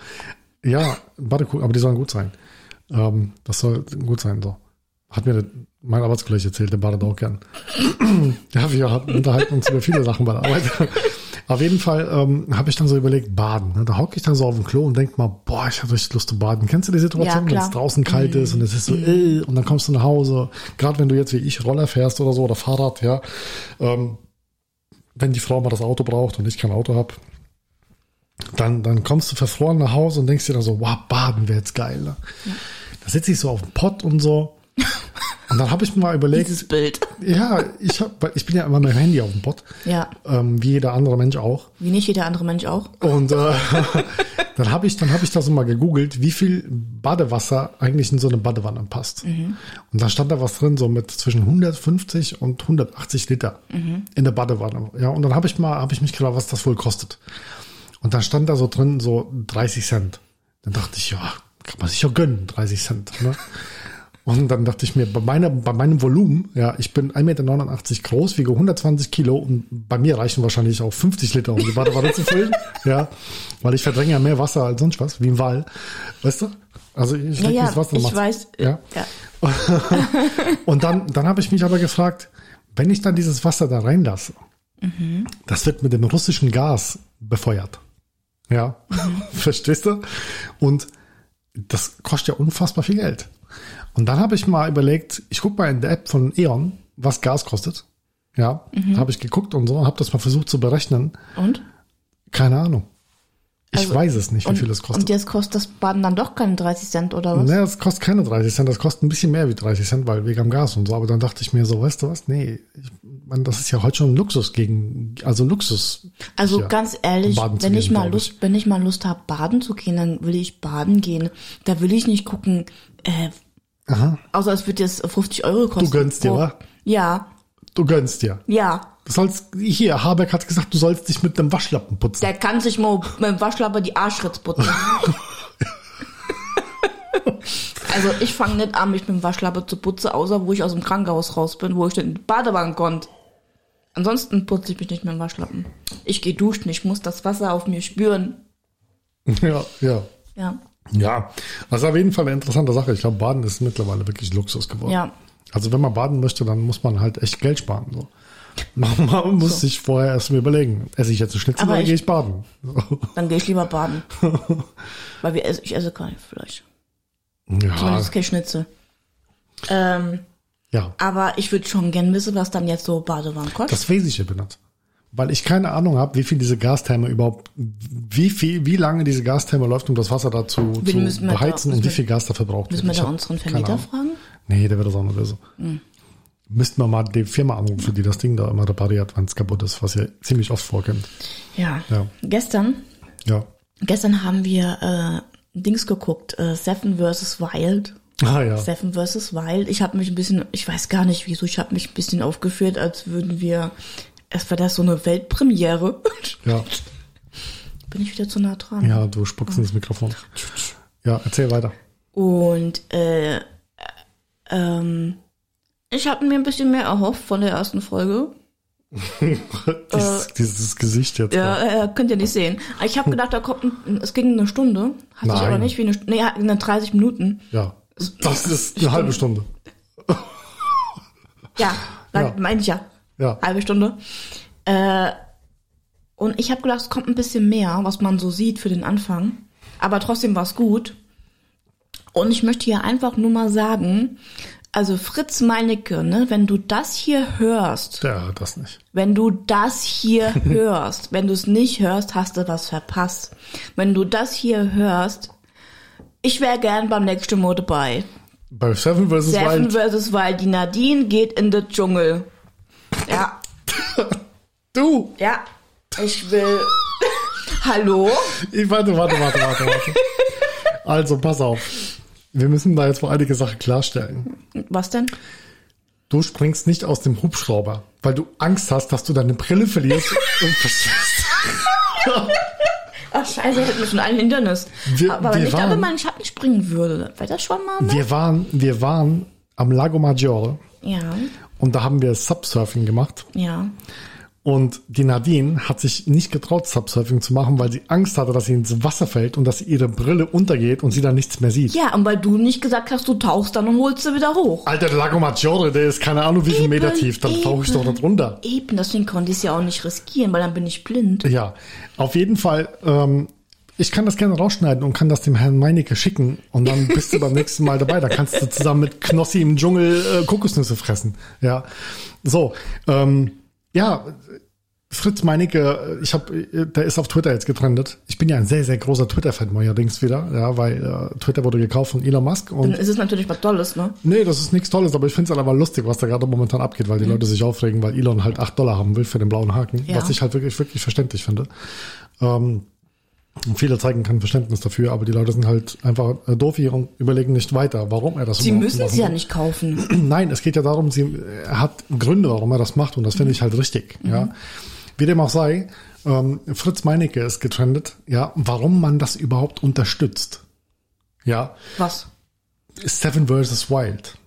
B: ja, Badekuchen, aber die sollen gut sein. Ähm, das soll gut sein, so. Hat mir der- mein Arbeitskollege erzählt, der badet auch gern. ja, wir hatten- unterhalten uns über viele Sachen bei der Arbeit. Auf jeden Fall ähm, habe ich dann so überlegt, baden. Ne? Da hocke ich dann so auf dem Klo und denk mal, boah, ich habe richtig Lust zu baden. Kennst du die Situation,
A: Ja,
B: wenn
A: klar. Mhm.
B: es draußen kalt ist und es ist so, äh, und dann kommst du nach Hause. Gerade wenn du jetzt wie ich Roller fährst oder so oder Fahrrad, ja. Ähm, wenn die Frau mal das Auto braucht und ich kein Auto habe, dann, dann kommst du verfroren nach Hause und denkst dir dann so, wow, baden wäre jetzt geil. Ne? Da sitze ich so auf dem Pott und so. Und dann habe ich mir mal überlegt,
A: Dieses Bild.
B: ja, ich, hab, weil ich bin ja immer mit dem Handy auf dem Pott,
A: Ja.
B: ähm, wie jeder andere Mensch auch.
A: Wie nicht jeder andere Mensch auch.
B: Und äh, dann habe ich, dann habe ich das mal gegoogelt, wie viel Badewasser eigentlich in so eine Badewanne passt. Und da stand da was drin, so mit zwischen 150 und 180 Liter in der Badewanne. Ja, und dann habe ich mal, habe ich mich gefragt, was das wohl kostet. Und da stand da so drin, so 30 Cent. Dann dachte ich, ja, kann man sich ja gönnen, 30 Cent. Ne? Und dann dachte ich mir, bei, meiner, bei meinem Volumen, ja, ich bin 1,89 Meter groß, wiege 120 Kilo und bei mir reichen wahrscheinlich auch 50 Liter, um die Badewanne zu füllen. Ja, weil ich verdränge ja mehr Wasser als sonst was, wie ein Wal. Weißt du? Also ich
A: Ja,
B: leg
A: ja,
B: das Wasser
A: ich
B: macht's.
A: weiß. äh,
B: Ja.
A: ja.
B: Und dann, dann habe ich mich aber gefragt, wenn ich dann dieses Wasser da reinlasse, das wird mit dem russischen Gas befeuert. Ja, verstehst du? Und das kostet ja unfassbar viel Geld. Und dann habe ich mal überlegt, ich gucke mal in der App von E.ON, was Gas kostet. Ja, habe ich geguckt und so und habe das mal versucht zu berechnen.
A: Und?
B: Keine Ahnung. Ich
A: Also,
B: weiß es nicht, wie
A: und,
B: viel es kostet.
A: Und jetzt kostet das Baden dann doch keine 30 Cent oder was?
B: Ne, das kostet keine 30 Cent, das kostet ein bisschen mehr wie 30 Cent, weil wegen am Gas und so. Aber dann dachte ich mir so, weißt du was? Nee, ich, man, das ist ja heute schon Luxus gegen, also Luxus.
A: Also
B: ja,
A: ganz ehrlich,
B: baden zu
A: wenn ich
B: gehen,
A: mal
B: glaub
A: Lust, wenn ich mal Lust habe, baden zu gehen, dann will ich baden gehen. Da will ich nicht gucken, äh,
B: Aha,
A: außer es wird jetzt 50 Euro kosten.
B: du gönnst dir,
A: Oh.
B: wa?
A: Ja,
B: Du gönnst dir.
A: ja.
B: Du sollst, hier, Habeck hat gesagt, du sollst dich mit einem Waschlappen putzen.
A: Der kann sich mal mit dem Waschlappen die Arschritz putzen. also ich fange nicht an, mich mit dem Waschlappen zu putzen, außer wo ich aus dem Krankenhaus raus bin, wo ich dann in die Badewanne konnte. Ansonsten putze ich mich nicht mit dem Waschlappen. Ich gehe duschen, ich muss das Wasser auf mir spüren.
B: Ja, ja.
A: Ja.
B: Ja, das ist auf jeden Fall eine interessante Sache. Ich glaube, Baden ist mittlerweile wirklich Luxus geworden.
A: Ja.
B: Also wenn man baden möchte, dann muss man halt echt Geld sparen. So. Man, man muss sich vorher erst mal überlegen, esse ich jetzt einen Schnitzel
A: Aber
B: oder
A: ich-
B: gehe ich baden?
A: Dann gehe ich lieber baden. Weil wir esse, ich esse kein Fleisch.
B: Ja,
A: Zumindest kein Schnitzel. Ähm,
B: ja.
A: aber ich würde schon gern wissen, was dann jetzt so Badewanne kostet.
B: Das weiß ich eben nicht. Weil ich keine Ahnung habe, wie viel diese Gastherme überhaupt, wie viel, wie lange diese Gastherme läuft, um das Wasser dazu zu
A: müssen wir da-
B: beheizen und
A: müssen
B: wie
A: wir-
B: viel Gas da verbraucht
A: Müssen wir
B: wird. Ich
A: da
B: hab
A: unseren
B: keine
A: Vermieter
B: Ahnung.
A: fragen? Hm.
B: Nee, der wird das auch nicht wissen. Müssten wir mal die Firma anrufen, die das Ding da immer repariert, wenn es kaputt ist, was ja ziemlich oft vorkommt.
A: Ja.
B: Ja.
A: Gestern,
B: Ja.
A: gestern haben wir äh, Dings geguckt, äh, Seven vs. Wild.
B: Ah ja.
A: Seven vs. Wild. Ich habe mich ein bisschen, ich weiß gar nicht wieso, ich habe mich ein bisschen aufgeführt, als würden wir, es war das so eine Weltpremiere.
B: ja.
A: Bin ich wieder zu nah dran.
B: Ja, du spuckst ins Mikrofon. Ja, erzähl weiter.
A: Und äh, äh, ähm, ich habe mir ein bisschen mehr erhofft von der ersten Folge.
B: dieses, dieses Gesicht jetzt.
A: Äh, Ja, äh, könnt ihr nicht sehen. Ich habe gedacht, da kommt ein, es ging eine Stunde, hat sich
B: Nein.
A: aber nicht wie eine Stunde, nee, hat eine 30 Minuten.
B: Ja. Das ist eine halbe Stunde.
A: Ja,
B: Ja.
A: ja. meine ich ja.
B: Ja.
A: halbe Stunde. Äh, und ich habe gedacht, es kommt ein bisschen mehr, was man so sieht für den Anfang. Aber trotzdem war es gut. Und ich möchte hier einfach nur mal sagen, also Fritz Meinecke, ne, wenn du das hier hörst,
B: Ja, das nicht.
A: wenn du das hier hörst, wenn du es nicht hörst, hast du was verpasst. Wenn du das hier hörst, ich wäre gern beim nächsten Mal dabei.
B: Bei Seven vs.
A: Seven
B: Wild.
A: vs. Wild, die Nadine geht in den Dschungel. Ja,
B: Du!
A: Ja, ich will. Hallo?
B: Ich, warte, warte, warte, warte, warte. Also, pass auf. Wir müssen da jetzt mal einige Sachen klarstellen.
A: Was denn?
B: Du springst nicht aus dem Hubschrauber, weil du Angst hast, dass du deine Brille verlierst und verschwimmst.
A: Ach, scheiße, hätten wir schon ein Hindernis.
B: Wir-
A: aber
B: wir
A: wenn ich da
B: waren-
A: über meinen Schatten springen würde, wäre das schon mal. Ne?
B: Wir waren, wir waren am Lago Maggiore
A: Ja,
B: und da haben wir Subsurfing gemacht.
A: ja.
B: Und die Nadine hat sich nicht getraut, Subsurfing zu machen, weil sie Angst hatte, dass sie ins Wasser fällt und dass ihre Brille untergeht und sie dann nichts mehr sieht.
A: Ja, und weil du nicht gesagt hast, du tauchst dann und holst sie wieder hoch.
B: Alter, der Lago Maggiore, der ist keine Ahnung wie viel
A: Eben,
B: Meter tief, dann tauche ich doch
A: eben.
B: nicht runter.
A: Eben, deswegen konnte ich es ja auch nicht riskieren, weil dann bin ich blind.
B: Ja, auf jeden Fall, ähm, ich kann das gerne rausschneiden und kann das dem Herrn Meinecke schicken und dann bist du beim nächsten Mal dabei. Da kannst du zusammen mit Knossi im Dschungel äh, Kokosnüsse fressen. Ja, so, ähm, ja, Fritz Meinecke, ich habe, der ist auf Twitter jetzt getrendet. Ich bin ja ein sehr, sehr großer Twitter-Fan neuerdings wieder, ja, weil äh, Twitter wurde gekauft von Elon Musk und
A: Dann ist es natürlich was Tolles, ne?
B: Nee, das ist nichts Tolles, aber ich finde es halt aber lustig, was da gerade momentan abgeht, weil die Leute sich aufregen, weil Elon halt 8 Dollar haben will für den blauen Haken,
A: Mhm. Ja.
B: was ich halt wirklich, wirklich verständlich finde. Ähm, und viele zeigen kein Verständnis dafür, aber die Leute sind halt einfach äh, doof hier und überlegen nicht weiter, warum er das
A: Sie
B: überhaupt
A: müssen es
B: machen
A: ja
B: will.
A: nicht kaufen.
B: Nein, es geht ja darum, sie, er hat Gründe, warum er das macht und das finde ich halt richtig.
A: Mhm.
B: Ja. Wie dem auch sei, ähm, Fritz Meinecke ist getrendet, ja, warum man das überhaupt unterstützt. Ja,
A: Was?
B: Seven vs. Wild.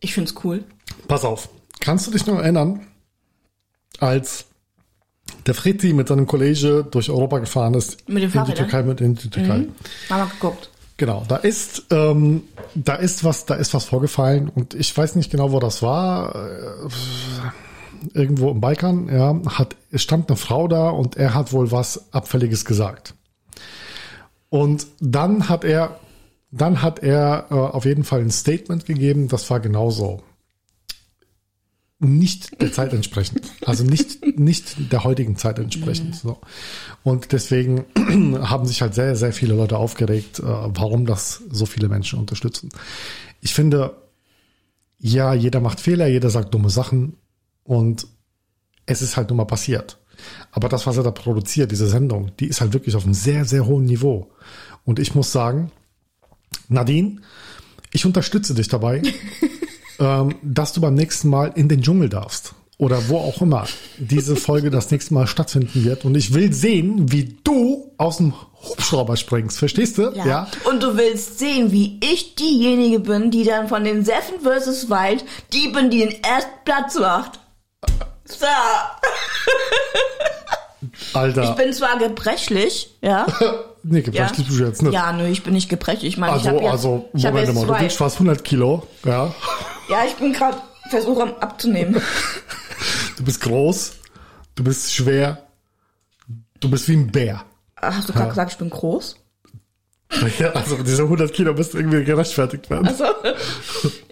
A: Ich find's cool.
B: Pass auf. Kannst du dich noch erinnern, als der Fritti mit seinem Kollege durch Europa gefahren ist?
A: Mit dem
B: in die
A: Fahrrad, Mhm. ne?
B: Türkei, mit in die Türkei.
A: Mal mal geguckt.
B: Genau, da ist, ähm, da ist was, da ist was vorgefallen und ich weiß nicht genau, wo das war. Äh, Irgendwo im Balkan, ja, hat, es stand eine Frau da und er hat wohl was Abfälliges gesagt. Und dann hat er, dann hat er äh, auf jeden Fall ein Statement gegeben, das war genauso. Nicht der Zeit entsprechend. Also nicht, nicht der heutigen Zeit entsprechend. So. Und deswegen haben sich halt sehr, sehr viele Leute aufgeregt, äh, warum das so viele Menschen unterstützen. Ich finde, ja, jeder macht Fehler, jeder sagt dumme Sachen und es ist halt nun mal passiert. Aber das, was er da produziert, diese Sendung, die ist halt wirklich auf einem sehr, sehr hohen Niveau. Und ich muss sagen, Nadine, ich unterstütze dich dabei, ähm, dass du beim nächsten Mal in den Dschungel darfst. Oder wo auch immer diese Folge das nächste Mal stattfinden wird. Und ich will sehen, wie du aus dem Hubschrauber springst. Verstehst du? ja?
A: Und du willst sehen, wie ich diejenige bin, die dann von den Seven vs. Wild die bin, die den ersten Platz macht. So,
B: Alter.
A: ich bin zwar gebrechlich, ja.
B: nee, gib
A: ja.
B: ja. du jetzt ne? nicht.
A: Ja, nö, ich bin nicht gebrechlich. Ich meine, ich
B: also,
A: habe jetzt,
B: also,
A: ich hab
B: Moment
A: jetzt
B: mal, du
A: zwei.
B: wiegst fast 100 Kilo. Ja.
A: Ja, ich bin gerade versuche am abzunehmen.
B: Du bist groß, du bist schwer, du bist wie ein Bär.
A: Ah, Hast du gerade gesagt, ich bin groß?
B: Ja, also diese 100 Kilo müssen irgendwie gerechtfertigt ne? werden.
A: Also,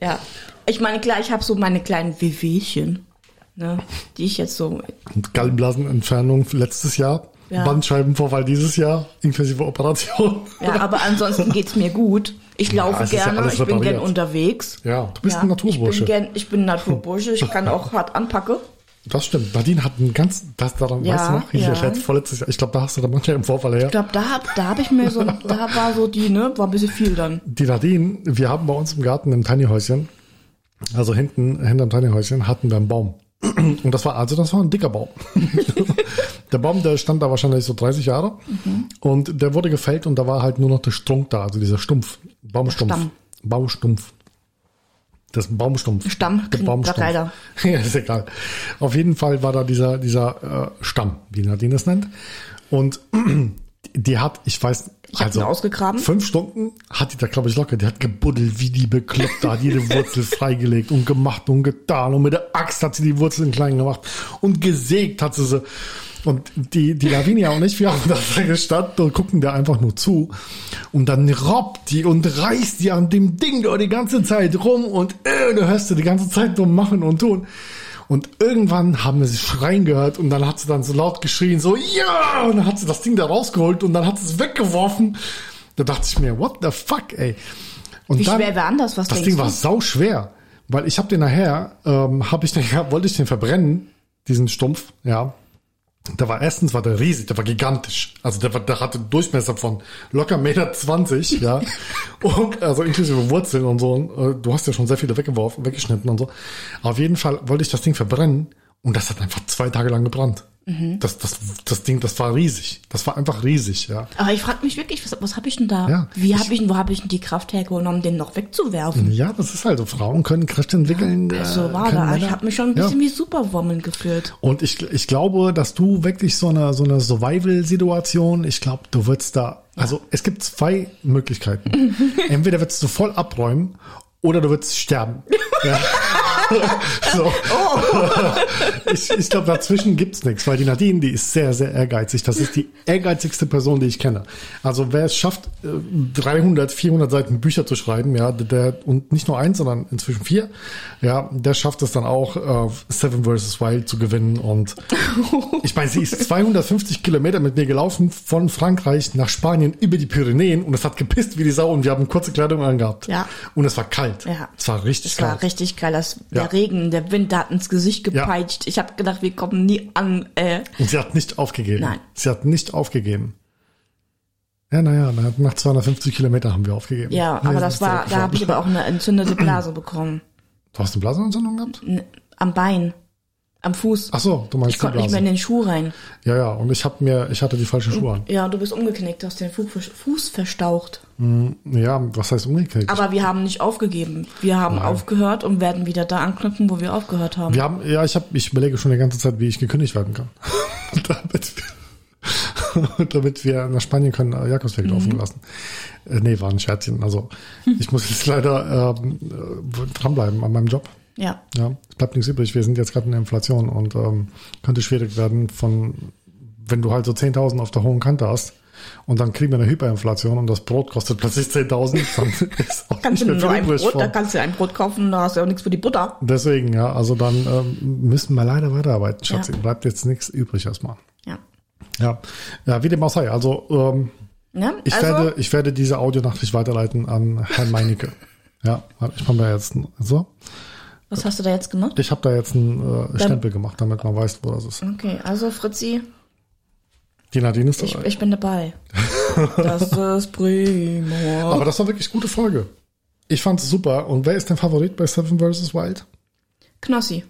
A: ja. Ich meine, klar, ich habe so meine kleinen Wehwehchen, ne, die ich jetzt so
B: Und Gallenblasenentfernung letztes Jahr,
A: Ja.
B: Bandscheibenvorfall dieses Jahr, inklusive Operation.
A: Ja, aber ansonsten geht's mir gut. Ich laufe
B: es ist ja
A: gerne,
B: alles
A: ich bin
B: repariert.
A: gern unterwegs.
B: Ja, du bist
A: Ja, Ich bin,
B: ein Naturbursche.
A: gern, ich bin ein Naturbursche, ich kann auch hart anpacken.
B: Das stimmt. Nadine hat ein ganz, das daran,
A: Ja,
B: weißt du noch, hier
A: ja.
B: letzt- vorletztes Jahr, ich glaube, da hast du da manchmal im Vorfall her.
A: Ich glaube, da hab, da habe ich mir so, da war so die, ne, war ein bisschen viel dann.
B: Die Nadine, wir haben bei uns im Garten im Tiny Häuschen, also hinten, hinterm Tiny Häuschen, hatten wir einen Baum. Und das war, also das war ein dicker Baum. der Baum, der stand da wahrscheinlich so 30 Jahre.
A: Mhm.
B: Und der wurde gefällt und da war halt nur noch der Strunk da, also dieser Stumpf. Baumstumpf.
A: Stamm.
B: Baumstumpf. Das Baumstumpf.
A: Stamm
B: Der
A: klingt
B: Baumstumpf.
A: grad leider.
B: Ja, ist egal. Auf jeden Fall war da dieser, dieser äh, Stamm, wie Nadine das nennt. Und die hat, ich weiß, also
A: Ich hab ihn ausgegraben.
B: fünf Stunden hat die da, glaube ich, locker. Die hat gebuddelt wie die Bekloppte, hat jede Wurzel freigelegt und gemacht und getan. Und mit der Axt hat sie die Wurzeln klein gemacht und gesägt hat sie sie. Und die, die Lavinia und ich, wir haben da gestanden und gucken da einfach nur zu. Und dann robbt die und reißt die an dem Ding da die ganze Zeit rum und äh, du hörst sie die ganze Zeit nur machen und tun. Und irgendwann haben wir sie schreien gehört und dann hat sie dann so laut geschrien, so ja! Und dann hat sie das Ding da rausgeholt und dann hat sie es weggeworfen. Da dachte ich mir, what the fuck, ey. Und
A: Wie schwer war denn das? Was
B: Das
A: denkst
B: Ding
A: du?
B: war sau schwer, weil ich habe den nachher, ähm, habe ich den, wollte ich den verbrennen, diesen Stumpf, ja. Der war erstens war der riesig, der war gigantisch. Also der, war, der hatte einen Durchmesser von locker Meter 20, ja. Und also inklusive Wurzeln und so. Und, äh, Du hast ja schon sehr viele weggeworfen, weggeschnitten und so. Auf jeden Fall wollte ich das Ding verbrennen und das hat einfach zwei Tage lang gebrannt.
A: Mhm.
B: Das, das, das Ding, das war riesig. Das war einfach riesig, ja.
A: Aber ich frage mich wirklich, was, was habe ich denn da?
B: Ja,
A: Wie
B: ich-
A: habe ich, denn- wo habe ich denn die Kraft hergenommen, den noch wegzuwerfen?
B: Ja, das ist halt so. Frauen können Kräfte entwickeln.
A: Also
B: äh,
A: war
B: können
A: da.
B: Männer-
A: Ich habe mich schon ein
B: Ja.
A: bisschen wie Superwoman gefühlt.
B: Und ich, ich glaube, dass du wirklich so eine, so eine Survival-Situation, ich glaube, du würdest da, also es gibt zwei Möglichkeiten. Entweder würdest du voll abräumen oder du würdest sterben. Ja. so.
A: Oh.
B: Ich, ich glaube, dazwischen gibt's nichts, weil die Nadine, die ist sehr, sehr ehrgeizig. Das ist die ehrgeizigste Person, die ich kenne. Also wer es schafft, äh, 300, 400 Seiten Bücher zu schreiben, ja, der, und nicht nur eins, sondern inzwischen vier, ja, der schafft es dann auch, äh, Seven vs. Wild zu gewinnen. Und ich meine, sie ist 250 Kilometer mit mir gelaufen von Frankreich nach Spanien über die Pyrenäen und es hat gepisst wie die Sau und wir haben kurze Kleidung angehabt.
A: Ja.
B: Und es war kalt.
A: Ja.
B: Es war richtig
A: Das
B: kalt.
A: war richtig geil. Das,
B: Ja.
A: Der Regen, der Wind, der hat ins Gesicht gepeitscht. Ich habe gedacht, wir kommen nie an. Äh,
B: Und sie hat nicht aufgegeben.
A: Nein.
B: Sie hat nicht aufgegeben. Ja, naja, na, nach 250 Kilometer haben wir aufgegeben.
A: ja, aber
B: wir
A: das
B: sind
A: war, da habe ich aber auch eine entzündete Blase bekommen.
B: Du hast eine Blasenentzündung gehabt?
A: N- Am Bein, am Fuß.
B: Ach so, du
A: Ich
B: meinst die
A: konnte nicht mehr in
B: Blase.
A: den Schuh rein.
B: Ja, ja, und ich habe mir, ich hatte die falschen
A: Hm.
B: Schuhe an.
A: Ja, du bist umgeknickt, hast den Fu- Fuß verstaucht.
B: Hm, Ja, was heißt umgekehrt?
A: Aber wir haben nicht aufgegeben. Wir haben aufgehört und werden wieder da anknüpfen, wo wir aufgehört haben.
B: Wir haben, ja, ich habe, ich überlege schon die ganze Zeit, wie ich gekündigt werden kann. damit, wir, damit wir nach Spanien können, äh,
A: Mhm.
B: Jakobsweg laufen lassen. Äh, nee, war ein Scherzchen. Also, ich muss jetzt leider ähm, äh, dranbleiben an meinem Job.
A: Ja.
B: Ja, es bleibt nichts übrig. Wir sind jetzt gerade in der Inflation und ähm, könnte schwierig werden von, wenn du halt so 10.000 auf der hohen Kante hast und dann kriegen wir eine Hyperinflation und das Brot kostet plötzlich 10.000, dann ist auch
A: Kannst
B: nicht
A: du
B: mehr
A: nur
B: viel
A: ein
B: übrig
A: Brot, da
B: von.
A: kannst du ein Brot kaufen, da hast du ja auch nichts für die Butter.
B: Deswegen, ja, also dann ähm, müssen wir leider weiterarbeiten, Schatz.
A: Ja.
B: Bleibt jetzt nichts übrig erstmal.
A: Ja.
B: Ja, ja wie dem auch sei. Also, ähm,
A: Ne?
B: ich,
A: also,
B: werde, ich werde diese Audionachricht weiterleiten an Herrn Meinecke. ja, warte, ich mache mir jetzt ein- so.
A: was hast du da jetzt gemacht?
B: Ich habe da jetzt einen äh, Stempel gemacht, damit man weiß, wo das ist.
A: Okay, also Fritzi,
B: Die Nadine ist
A: ich,
B: dabei.
A: ich bin dabei. Das ist prima.
B: Aber das war wirklich gute Folge. Ich fand's super. Und wer ist dein Favorit bei Seven vs. Wild?
A: Knossi.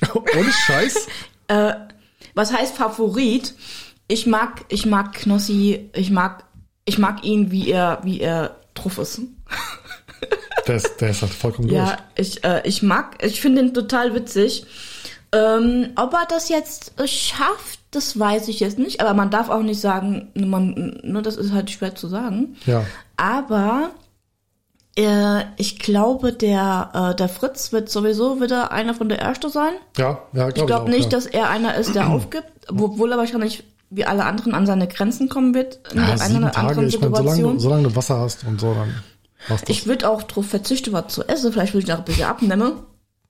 A: Äh,
B: Ohne Scheiß.
A: Was heißt Favorit? Ich mag, ich mag Knossi, ich mag, ich mag ihn, wie er, wie er drauf ist.
B: Der ist, der ist halt vollkommen
A: Ja, ich, äh, ich mag, ich finde ihn total witzig. Ähm, ob er das jetzt äh, schafft, das weiß ich jetzt nicht, aber man darf auch nicht sagen, man, ne, das ist halt schwer zu sagen.
B: durch. Ja.
A: Aber äh, ich glaube, der, äh, der Fritz wird sowieso wieder einer von der Erste sein.
B: Ja, ja, genau, glaub
A: Ich glaube
B: auch,
A: nicht,
B: ja.
A: dass er einer ist, der aufgibt, obwohl er wahrscheinlich wie alle anderen an seine Grenzen kommen wird in
B: ja,
A: der einen
B: sieben
A: oder anderen
B: Tage, ich meine,
A: Situation.
B: solange, solange du Wasser hast und so, dann hast du.
A: Ich würde auch drauf verzichten, was zu essen. Vielleicht würde ich noch ein bisschen abnehmen.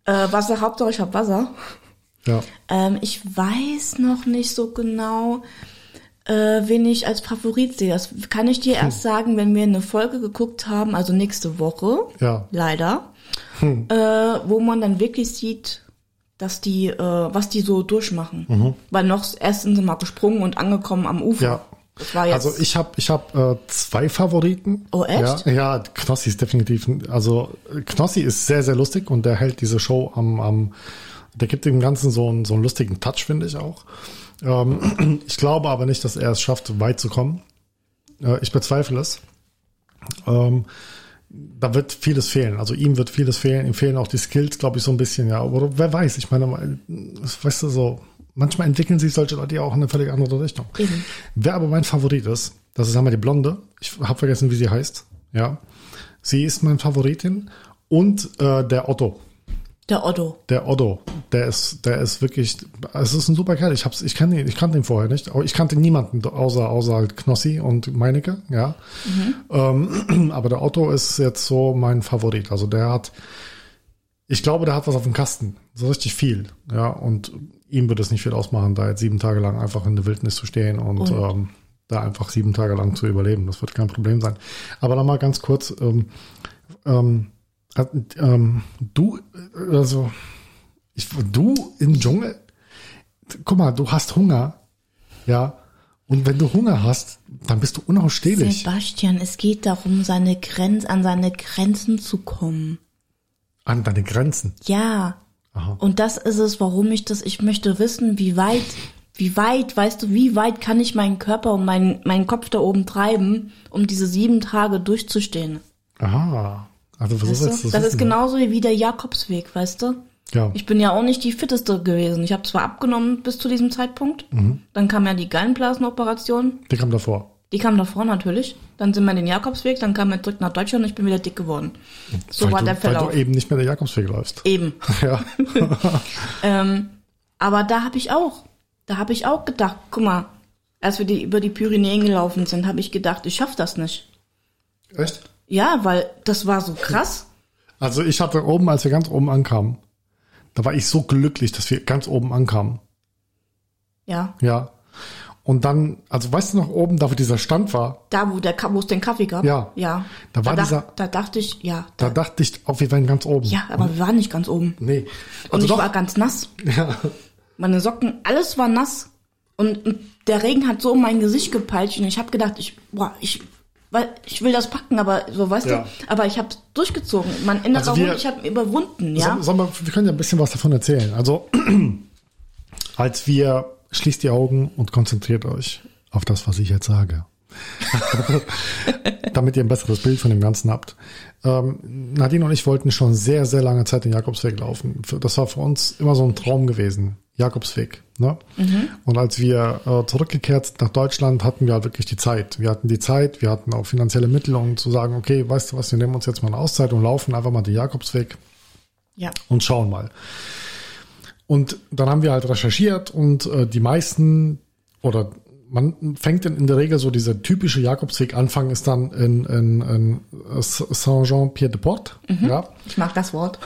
A: Äh, Wasser, Hauptsache ich habe Wasser.
B: Ja.
A: Ähm, ich weiß noch nicht so genau, äh, wen ich als Favorit sehe. Das kann ich
B: Hm.
A: dir erst sagen, wenn wir eine Folge geguckt haben, also nächste Woche,
B: Ja. Hm.
A: leider, äh, wo man dann wirklich sieht, dass die, äh, was die so durchmachen. Weil noch erst sind sie mal gesprungen und angekommen am Ufer.
B: Mhm. Ja.
A: Das war jetzt.
B: Also ich habe ich hab, äh, zwei Favoriten.
A: Oh, echt?
B: Ja, ja, Knossi ist definitiv, ein- also äh, Knossi ist sehr, sehr lustig und der hält diese Show am, am der gibt dem Ganzen so einen, so einen lustigen Touch, finde ich auch. Ähm, ich glaube aber nicht, dass er es schafft, weit zu kommen. Äh, ich bezweifle es. Ähm, da wird vieles fehlen. Also ihm wird vieles fehlen. Ihm fehlen auch die Skills, glaube ich, so ein bisschen. Ja, aber wer weiß. Ich meine, weißt du, so manchmal entwickeln sich solche Leute ja auch in eine völlig andere Richtung.
A: Eben.
B: Wer aber mein Favorit ist, das ist einmal die Blonde. Ich habe vergessen, wie sie heißt. Ja, sie ist mein Favoritin und äh, der Otto.
A: der Otto.
B: Der Otto, der ist, der ist wirklich, es ist ein super Kerl. Ich hab's, ich kann ihn, ich kannte ihn vorher nicht. Aber ich kannte niemanden außer, außer halt Knossi und Meinecke, ja. Ähm, aber der Otto ist jetzt so mein Favorit. Also der hat, ich glaube, der hat was auf dem Kasten. So richtig viel, ja. Und ihm würde es nicht viel ausmachen, da jetzt sieben Tage lang einfach in der Wildnis zu stehen und,
A: Und?
B: Ähm, da einfach sieben Tage lang zu überleben. Das wird kein Problem sein. Aber nochmal ganz kurz, ähm, ähm, hat, ähm, du, äh, also, ich, du im Dschungel? Guck mal, du hast Hunger. Ja. Und wenn du Hunger hast, dann bist du unausstehlich.
A: Sebastian, es geht darum, seine Grenz, an seine Grenzen zu kommen.
B: An deine Grenzen.
A: Ja.
B: Aha.
A: Und das ist es, warum ich das, ich möchte wissen, wie weit, wie weit, weißt du, wie weit kann ich meinen Körper und meinen, meinen Kopf da oben treiben, um diese sieben Tage durchzustehen.
B: Aha. Also versuch
A: Weißt
B: jetzt
A: du? Das ist
B: Wissen.
A: genauso wie der Jakobsweg, weißt du?
B: Ja.
A: Ich bin ja auch nicht die fitteste gewesen. Ich habe zwar abgenommen bis zu diesem Zeitpunkt,
B: Mhm.
A: dann kam ja die Gallenblasenoperation,
B: Der kam davor.
A: die kam davor natürlich, dann sind wir den Jakobsweg, dann kam er zurück nach Deutschland und ich bin wieder dick geworden. So
B: weil
A: war
B: du,
A: der Verlauf.
B: Weil du eben nicht mehr der Jakobsweg läufst.
A: Eben.
B: Ja.
A: Ähm, aber da habe ich auch, da habe ich auch gedacht, guck mal, als wir die, über die Pyrenäen gelaufen sind, habe ich gedacht, ich schaff das nicht.
B: Echt?
A: Ja, weil das war so krass.
B: Also ich hatte oben, als wir ganz oben ankamen, da war ich so glücklich, dass wir ganz oben ankamen.
A: Ja,
B: Ja. Und dann, also weißt du noch oben, da wo dieser Stand war,
A: da wo der Ka- wo es den Kaffee gab.
B: Ja.
A: ja.
B: Da war
A: da, dach-
B: dieser-
A: da dachte ich, ja,
B: da
A: da,
B: dachte ich, oh, wir wären ganz oben.
A: ja, aber wir waren nicht ganz oben.
B: Nee.
A: Und
B: Also
A: ich war
B: doch.
A: ganz nass.
B: Ja.
A: Meine Socken, alles war nass. Und, und der Regen hat so um mein Gesicht gepeitscht und ich habe gedacht, ich, boah, ich, weil ich will das packen, aber so weißt
B: Ja.
A: du, aber ich habe durchgezogen. Mein innerer
B: Also wir- Also-
A: Hund, ich habe überwunden, ja.
B: Sag, sag mal, wir können ja ein bisschen was davon erzählen. Also, als wir schließt die Augen und konzentriert euch auf das, was ich jetzt sage. Damit ihr ein besseres Bild von dem Ganzen habt. Ähm, Nadine und ich wollten schon sehr, sehr lange Zeit den Jakobsweg laufen. Für- Das war für uns immer so ein Traum gewesen. Jakobsweg. Ne? Und als wir äh, zurückgekehrt sind nach Deutschland, hatten wir halt wirklich die Zeit. Wir hatten die Zeit, wir hatten auch finanzielle Mittel, um zu sagen, okay, weißt du was, wir nehmen uns jetzt mal eine Auszeit und laufen einfach mal den Jakobsweg
A: ja.
B: und schauen mal. Und dann haben wir halt recherchiert und äh, die meisten oder man fängt in, in der Regel so dieser typische Jakobsweg anfang ist dann in, in, in äh, Saint-Jean-Pied-de-Port, ja,
A: Ich mag das Wort.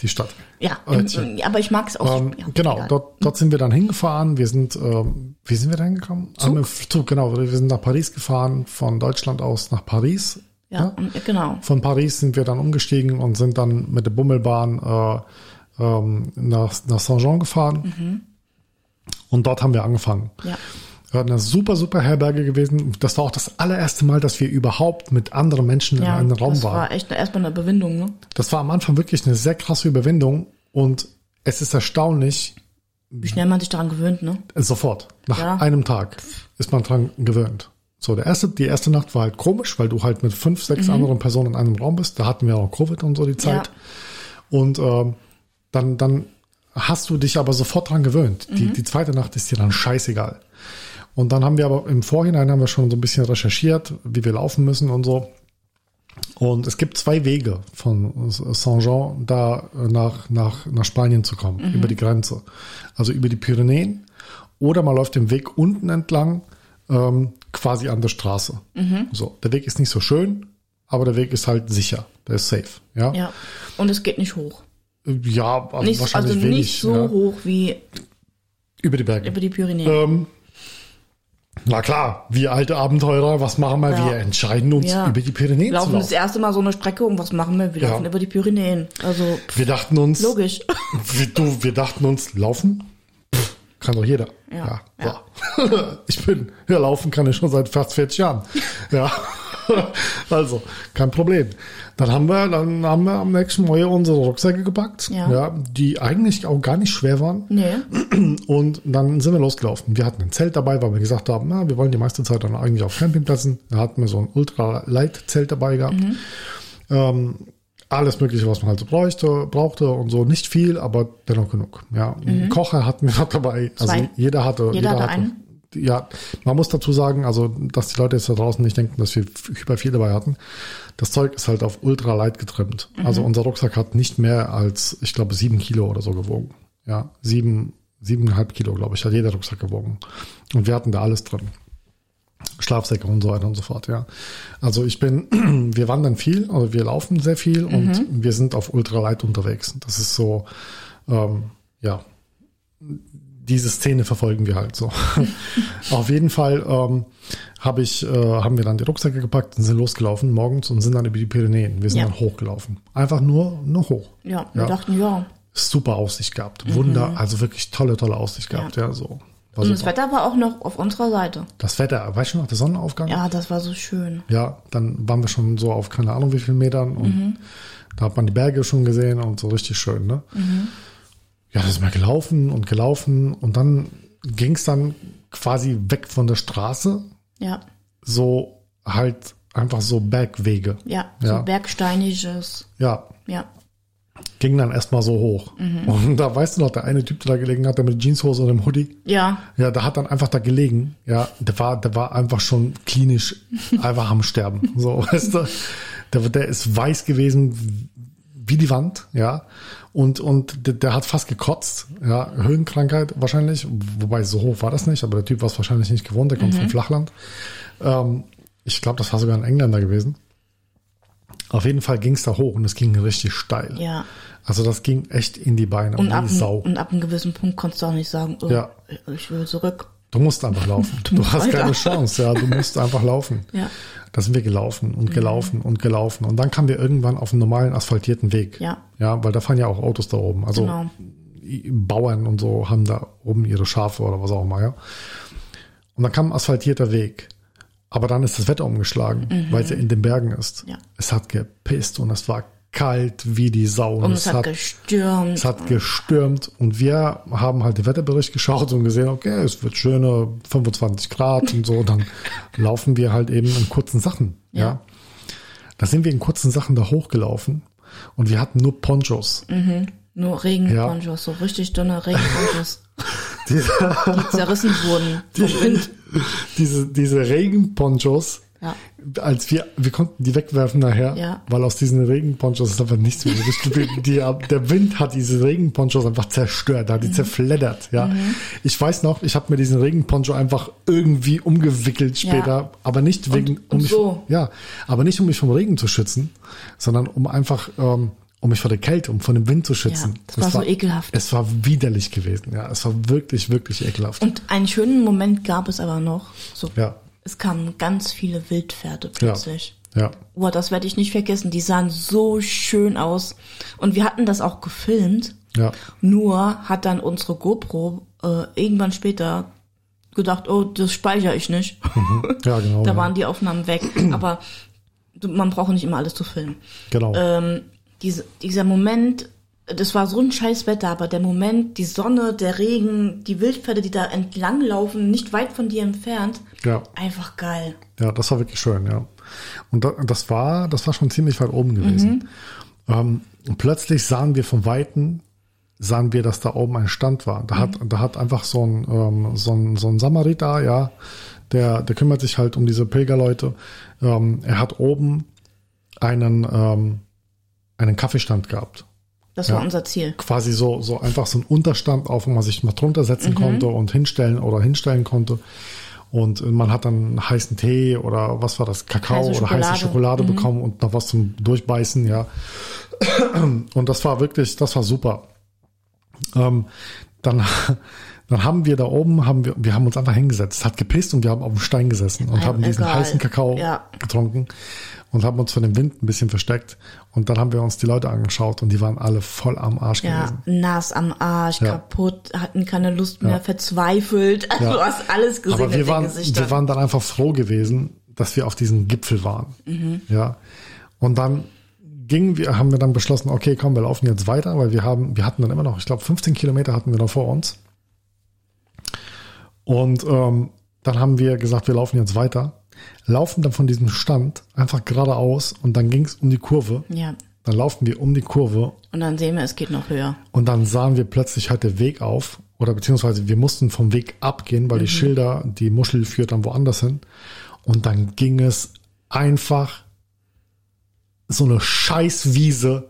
B: die Stadt.
A: Mhm. Ja,
B: Örtchen.
A: ähm, aber ich mag es auch.
B: Ähm,
A: ja,
B: genau,
A: egal.
B: dort, dort sind wir dann hingefahren. Wir sind, ähm, wie sind wir dann gekommen? Zug? Am Zug, genau. Wir sind nach Paris gefahren, von Deutschland aus nach Paris.
A: Ja, und- genau.
B: Von Paris sind wir dann umgestiegen und sind dann mit der Bummelbahn äh, ähm, nach, nach Saint-Jean gefahren.
A: Mhm.
B: Und dort haben wir angefangen.
A: Ja.
B: Äh, Eine super, super Herberge gewesen. Das war auch das allererste Mal, dass wir überhaupt mit anderen Menschen
A: Ja,
B: in einem Raum
A: das
B: waren.
A: war echt erstmal eine Bewindung, ne?
B: Das war am Anfang wirklich eine sehr krasse Überwindung und es ist erstaunlich,
A: Wie schnell man sich daran gewöhnt, ne?
B: Sofort. Nach
A: Ja.
B: einem Tag ist man dran gewöhnt. So, der erste, die erste Nacht war halt komisch, weil du halt mit fünf, sechs anderen Personen in einem Raum bist. Da hatten wir auch Covid und so die
A: Mhm.
B: Zeit.
A: Ja.
B: Und ähm, dann, dann hast du dich aber sofort dran gewöhnt. Die, die zweite Nacht ist dir dann scheißegal. Und dann haben wir aber im Vorhinein haben wir schon so ein bisschen recherchiert, wie wir laufen müssen und so. Und es gibt zwei Wege von Saint-Jean da äh, nach, nach, nach Spanien zu kommen, über die Grenze. Also über die Pyrenäen oder man läuft den Weg unten entlang, ähm, quasi an der Straße. So, der Weg ist nicht so schön, aber der Weg ist halt sicher. Der ist safe. Ja, ja,
A: Ja. Und es geht nicht hoch.
B: also
A: Nicht,
B: wahrscheinlich
A: also
B: wenig.
A: nicht so
B: ja.
A: hoch wie
B: Über die Berge.
A: über die Pyrenäen.
B: Ähm, Na klar, wir alte Abenteurer, was machen wir?
A: Ja.
B: Wir entscheiden uns,
A: Ja.
B: über die Pyrenäen
A: Wir
B: zu
A: laufen das
B: laufen.
A: erste Mal so eine Strecke und was machen wir? Wir
B: Ja.
A: laufen über die Pyrenäen. Also pff,
B: Wir dachten uns,
A: logisch.
B: Wir, du, wir dachten uns, laufen Pff, kann doch jeder.
A: Ja,
B: ja. ja. ich bin, ja, laufen kann ich schon seit fast 40 Jahren. Ja. Also, kein Problem. Dann haben wir, dann haben wir am nächsten Morgen unsere Rucksäcke gepackt,
A: Ja.
B: die eigentlich auch gar nicht schwer waren.
A: Nee.
B: Und dann sind wir losgelaufen. Wir hatten ein Zelt dabei, weil wir gesagt haben, na, wir wollen die meiste Zeit dann eigentlich auf Campingplätzen. Da hatten wir so ein Ultra-Light-Zelt dabei gehabt. Ähm, alles Mögliche, was man halt so bräuchte, brauchte und so. Nicht viel, aber dennoch genug. Ja, einen Kocher hatten wir noch dabei. Also
A: Zwei.
B: jeder hatte. Jeder,
A: hatte
B: hatte
A: einen.
B: Ja, man muss dazu sagen, also, dass die Leute jetzt da draußen nicht denken, dass wir f- über viel dabei hatten. Das Zeug ist halt auf ultra light getrimmt. Also unser Rucksack hat nicht mehr als, ich glaube, sieben Kilo oder so gewogen. Ja, sieben, siebeneinhalb Kilo, glaube ich, hat jeder Rucksack gewogen. Und wir hatten da alles drin. Schlafsäcke und so weiter und so fort, ja. Also ich bin, wir wandern viel, also wir laufen sehr viel und wir sind auf Ultralight unterwegs. Das ist so, ähm, ja, diese Szene verfolgen wir halt so. auf jeden Fall ähm, habe ich, äh, haben wir dann die Rucksäcke gepackt und sind losgelaufen morgens und sind dann über die Pyrenäen. Wir sind
A: Ja.
B: dann hochgelaufen. Einfach nur, nur hoch
A: Ja, Mhm. wir
B: Ja.
A: dachten, ja.
B: super Aussicht gehabt. Wunder, also wirklich tolle, tolle Aussicht gehabt, ja, so. War
A: Und das
B: super.
A: Wetter war auch noch auf unserer Seite.
B: das Wetter, weißt du noch, der Sonnenaufgang?
A: Ja, das war so schön.
B: Ja, dann waren wir schon so auf keine Ahnung wie vielen Metern und da hat man die Berge schon gesehen und so richtig schön, ne? Ja, das ist mal gelaufen und gelaufen und dann ging es dann quasi weg von der Straße,
A: Ja,
B: so halt einfach so Bergwege.
A: ja.
B: Ja.
A: So bergsteiniges.
B: Ja,
A: Ja.
B: ging dann erstmal so hoch. Und da weißt du noch, der eine Typ, der da gelegen hat, der mit Jeanshose und dem Hoodie,
A: Ja.
B: Ja, da hat dann einfach da gelegen. Ja, der war, der war einfach schon klinisch einfach am Sterben. So, weißt du, der, der ist weiß gewesen wie die Wand, ja. Und, und der, der hat fast gekotzt, ja. Höhenkrankheit wahrscheinlich, wobei so hoch war das nicht, aber der Typ war es wahrscheinlich nicht gewohnt, der kommt
A: Mhm.
B: vom Flachland. Ähm, ich glaube, das war sogar ein Engländer gewesen. Auf jeden Fall ging's da hoch und es ging richtig steil.
A: Ja.
B: Also das ging echt in die Beine und,
A: Und
B: in
A: ab,
B: die
A: einem-
B: Sau.
A: und ab einem gewissen Punkt konntest du auch nicht sagen, oh,
B: Ja.
A: ich will zurück.
B: Du musst einfach laufen. Du hast keine Chance, ja. Du musst einfach laufen.
A: Ja. Mhm.
B: Da sind wir gelaufen und gelaufen und gelaufen. Und dann kamen wir irgendwann auf einen normalen asphaltierten Weg.
A: Ja.
B: Ja, weil da fahren ja auch Autos da oben. Also
A: Genau.
B: Bauern und so haben da oben ihre Schafe oder was auch immer, ja. Und dann kam ein asphaltierter Weg. Aber dann ist das Wetter umgeschlagen, weil es ja in den Bergen ist.
A: Mhm. Ja.
B: Es hat gepisst und es war kalt wie die Sau.
A: Und es hat gestürmt.
B: Es hat gestürmt und wir haben halt den Wetterbericht geschaut und gesehen, okay, es wird schöne 25 Grad und so. Dann laufen wir halt eben in kurzen Sachen. Ja.
A: Ja.
B: Da sind wir in kurzen Sachen da hochgelaufen und wir hatten nur Ponchos.
A: Nur Regenponchos, so richtig dünne Regenponchos,
B: Die-
A: die zerrissen wurden. vom Wind.
B: diese, diese Regenponchos.
A: Ja.
B: Als wir, wir konnten die wegwerfen nachher,
A: Ja.
B: weil aus diesen Regenponchos ist einfach nichts mehr übrig geblieben. Die, der Wind hat diese Regenponchos einfach zerstört,
A: Mhm.
B: hat die zerfleddert, ja. Ich weiß noch, ich habe mir diesen Regenponcho einfach irgendwie umgewickelt
A: Ja.
B: später, aber nicht wegen, um
A: und
B: mich,
A: so.
B: ja, aber nicht um mich vom Regen zu schützen, sondern um einfach, ähm, um mich vor der Kälte, um vor dem Wind zu schützen.
A: Ja, das war so ekelhaft.
B: Es war widerlich gewesen, ja. Es war wirklich, wirklich ekelhaft.
A: Und einen schönen Moment gab es aber noch. So,
B: Ja.
A: Es kamen ganz viele Wildpferde
B: Ja.
A: plötzlich.
B: Ja.
A: Boah, das werde ich nicht vergessen. Die sahen so schön aus. Und wir hatten das auch gefilmt.
B: Ja.
A: Nur hat dann unsere GoPro äh, irgendwann später gedacht, oh, das speichere ich nicht.
B: Ja, genau.
A: Da
B: ja.
A: waren die Aufnahmen weg. Aber du- man braucht nicht immer alles zu filmen.
B: genau.
A: Ähm, diese, dieser Moment, das war so ein scheiß Wetter, aber der Moment, die Sonne, der Regen, die Wildpferde, die da entlanglaufen, nicht weit von dir entfernt,
B: ja.
A: einfach geil.
B: Ja, das war wirklich schön, ja. Und da, das war, das war schon ziemlich weit oben gewesen.
A: Mhm.
B: Ähm, und plötzlich sahen wir von Weitem, sahen wir, dass da oben ein Stand war. Da
A: Mhm.
B: hat, da hat einfach so ein, ähm, so ein, so ein Samariter, ja, der, der kümmert sich halt um diese Pilgerleute. Ähm, er hat oben einen, ähm, einen Kaffeestand gehabt
A: Das
B: Ja.
A: war unser Ziel.
B: quasi so, so einfach so ein Unterstand auf, wo man sich mal drunter setzen
A: Mhm.
B: konnte und hinstellen oder hinstellen konnte. Und äh, man hat dann heißen Tee oder was war das, Kakao
A: Heiße
B: oder
A: Schokolade.
B: heiße
A: Mhm.
B: Schokolade bekommen und noch was zum Durchbeißen, ja. Und das war wirklich, das war super. Ähm, dann, dann haben wir da oben, haben wir, wir haben uns einfach hingesetzt, hat gepisst und wir haben auf dem Stein gesessen und
A: Einem
B: haben diesen
A: egal.
B: heißen Kakao
A: Ja.
B: getrunken und haben uns von dem Wind ein bisschen versteckt. Und dann haben wir uns die Leute angeschaut und die waren alle voll am Arsch gewesen.
A: Ja, nass am Arsch,
B: Ja.
A: kaputt, hatten keine Lust mehr, verzweifelt. Also du hast alles gesehen
B: Aber wir
A: in den
B: waren,
A: Gesichtern.
B: wir waren dann einfach froh gewesen, dass wir auf diesem Gipfel waren.
A: Mhm.
B: Ja. Und dann gingen wir, haben wir dann beschlossen, okay, komm, wir laufen jetzt weiter, weil wir haben, wir hatten dann immer noch, ich glaube, 15 Kilometer hatten wir noch vor uns. Und ähm, dann haben wir gesagt, wir laufen jetzt weiter, laufen dann von diesem Stand einfach geradeaus und dann ging es um die Kurve.
A: ja.
B: Dann laufen wir um die Kurve
A: Und dann sehen wir, es geht noch höher.
B: und dann sahen wir plötzlich halt den Weg auf, oder beziehungsweise wir mussten vom Weg abgehen, weil die Schilder, die Muschel führt dann woanders hin. Und dann ging es einfach so eine Scheißwiese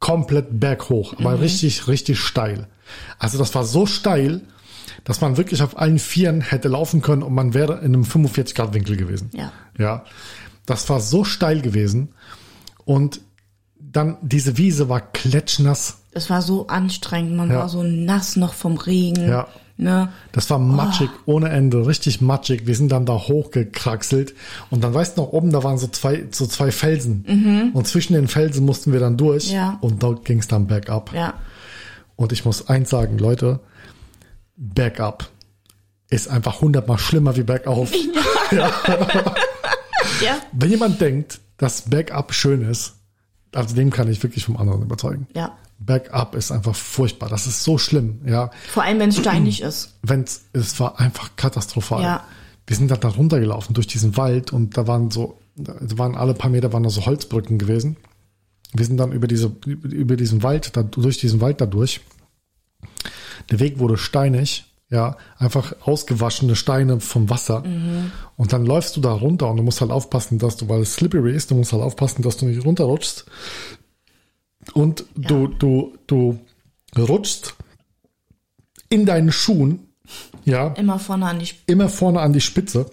B: komplett berghoch, aber richtig, richtig steil. Also das war so steil, dass man wirklich auf allen Vieren hätte laufen können und man wäre in einem 45-Grad-Winkel gewesen.
A: Ja.
B: Ja, das war so steil gewesen und dann diese Wiese war klatschnass.
A: Es war so anstrengend, man
B: Ja.
A: war so nass noch vom Regen.
B: Ja.
A: Ne?
B: Das war matschig
A: Ah.
B: ohne Ende, richtig matschig. Wir sind dann da hochgekraxelt und dann weißt du noch oben, da waren so zwei so zwei Felsen und zwischen den Felsen mussten wir dann durch
A: Mhm. Ja.
B: und dort ging es dann bergab.
A: Ja.
B: Und ich muss eins sagen, Leute, bergab ist einfach hundertmal schlimmer wie bergauf.
A: Ja.
B: Wenn jemand denkt, dass bergab schön ist, also dem kann ich wirklich vom anderen überzeugen.
A: Ja.
B: Bergab ist einfach furchtbar. Das ist so schlimm, ja.
A: Vor allem, wenn es steinig ist.
B: wenn's, es war einfach katastrophal.
A: Ja.
B: Wir sind dann da runtergelaufen durch diesen Wald und da waren so, da waren alle paar Meter waren da so Holzbrücken gewesen. Wir sind dann über diese, über diesen Wald, da, durch diesen Wald dadurch. Der Weg wurde steinig, ja, einfach ausgewaschene Steine vom Wasser. Und dann läufst du da runter und du musst halt aufpassen, dass du, weil es slippery ist, du musst halt aufpassen, dass du nicht runterrutschst. Und du, du, du rutschst in deinen Schuhen, ja,
A: Immer vorne an die Sp
B: immer vorne an die Spitze,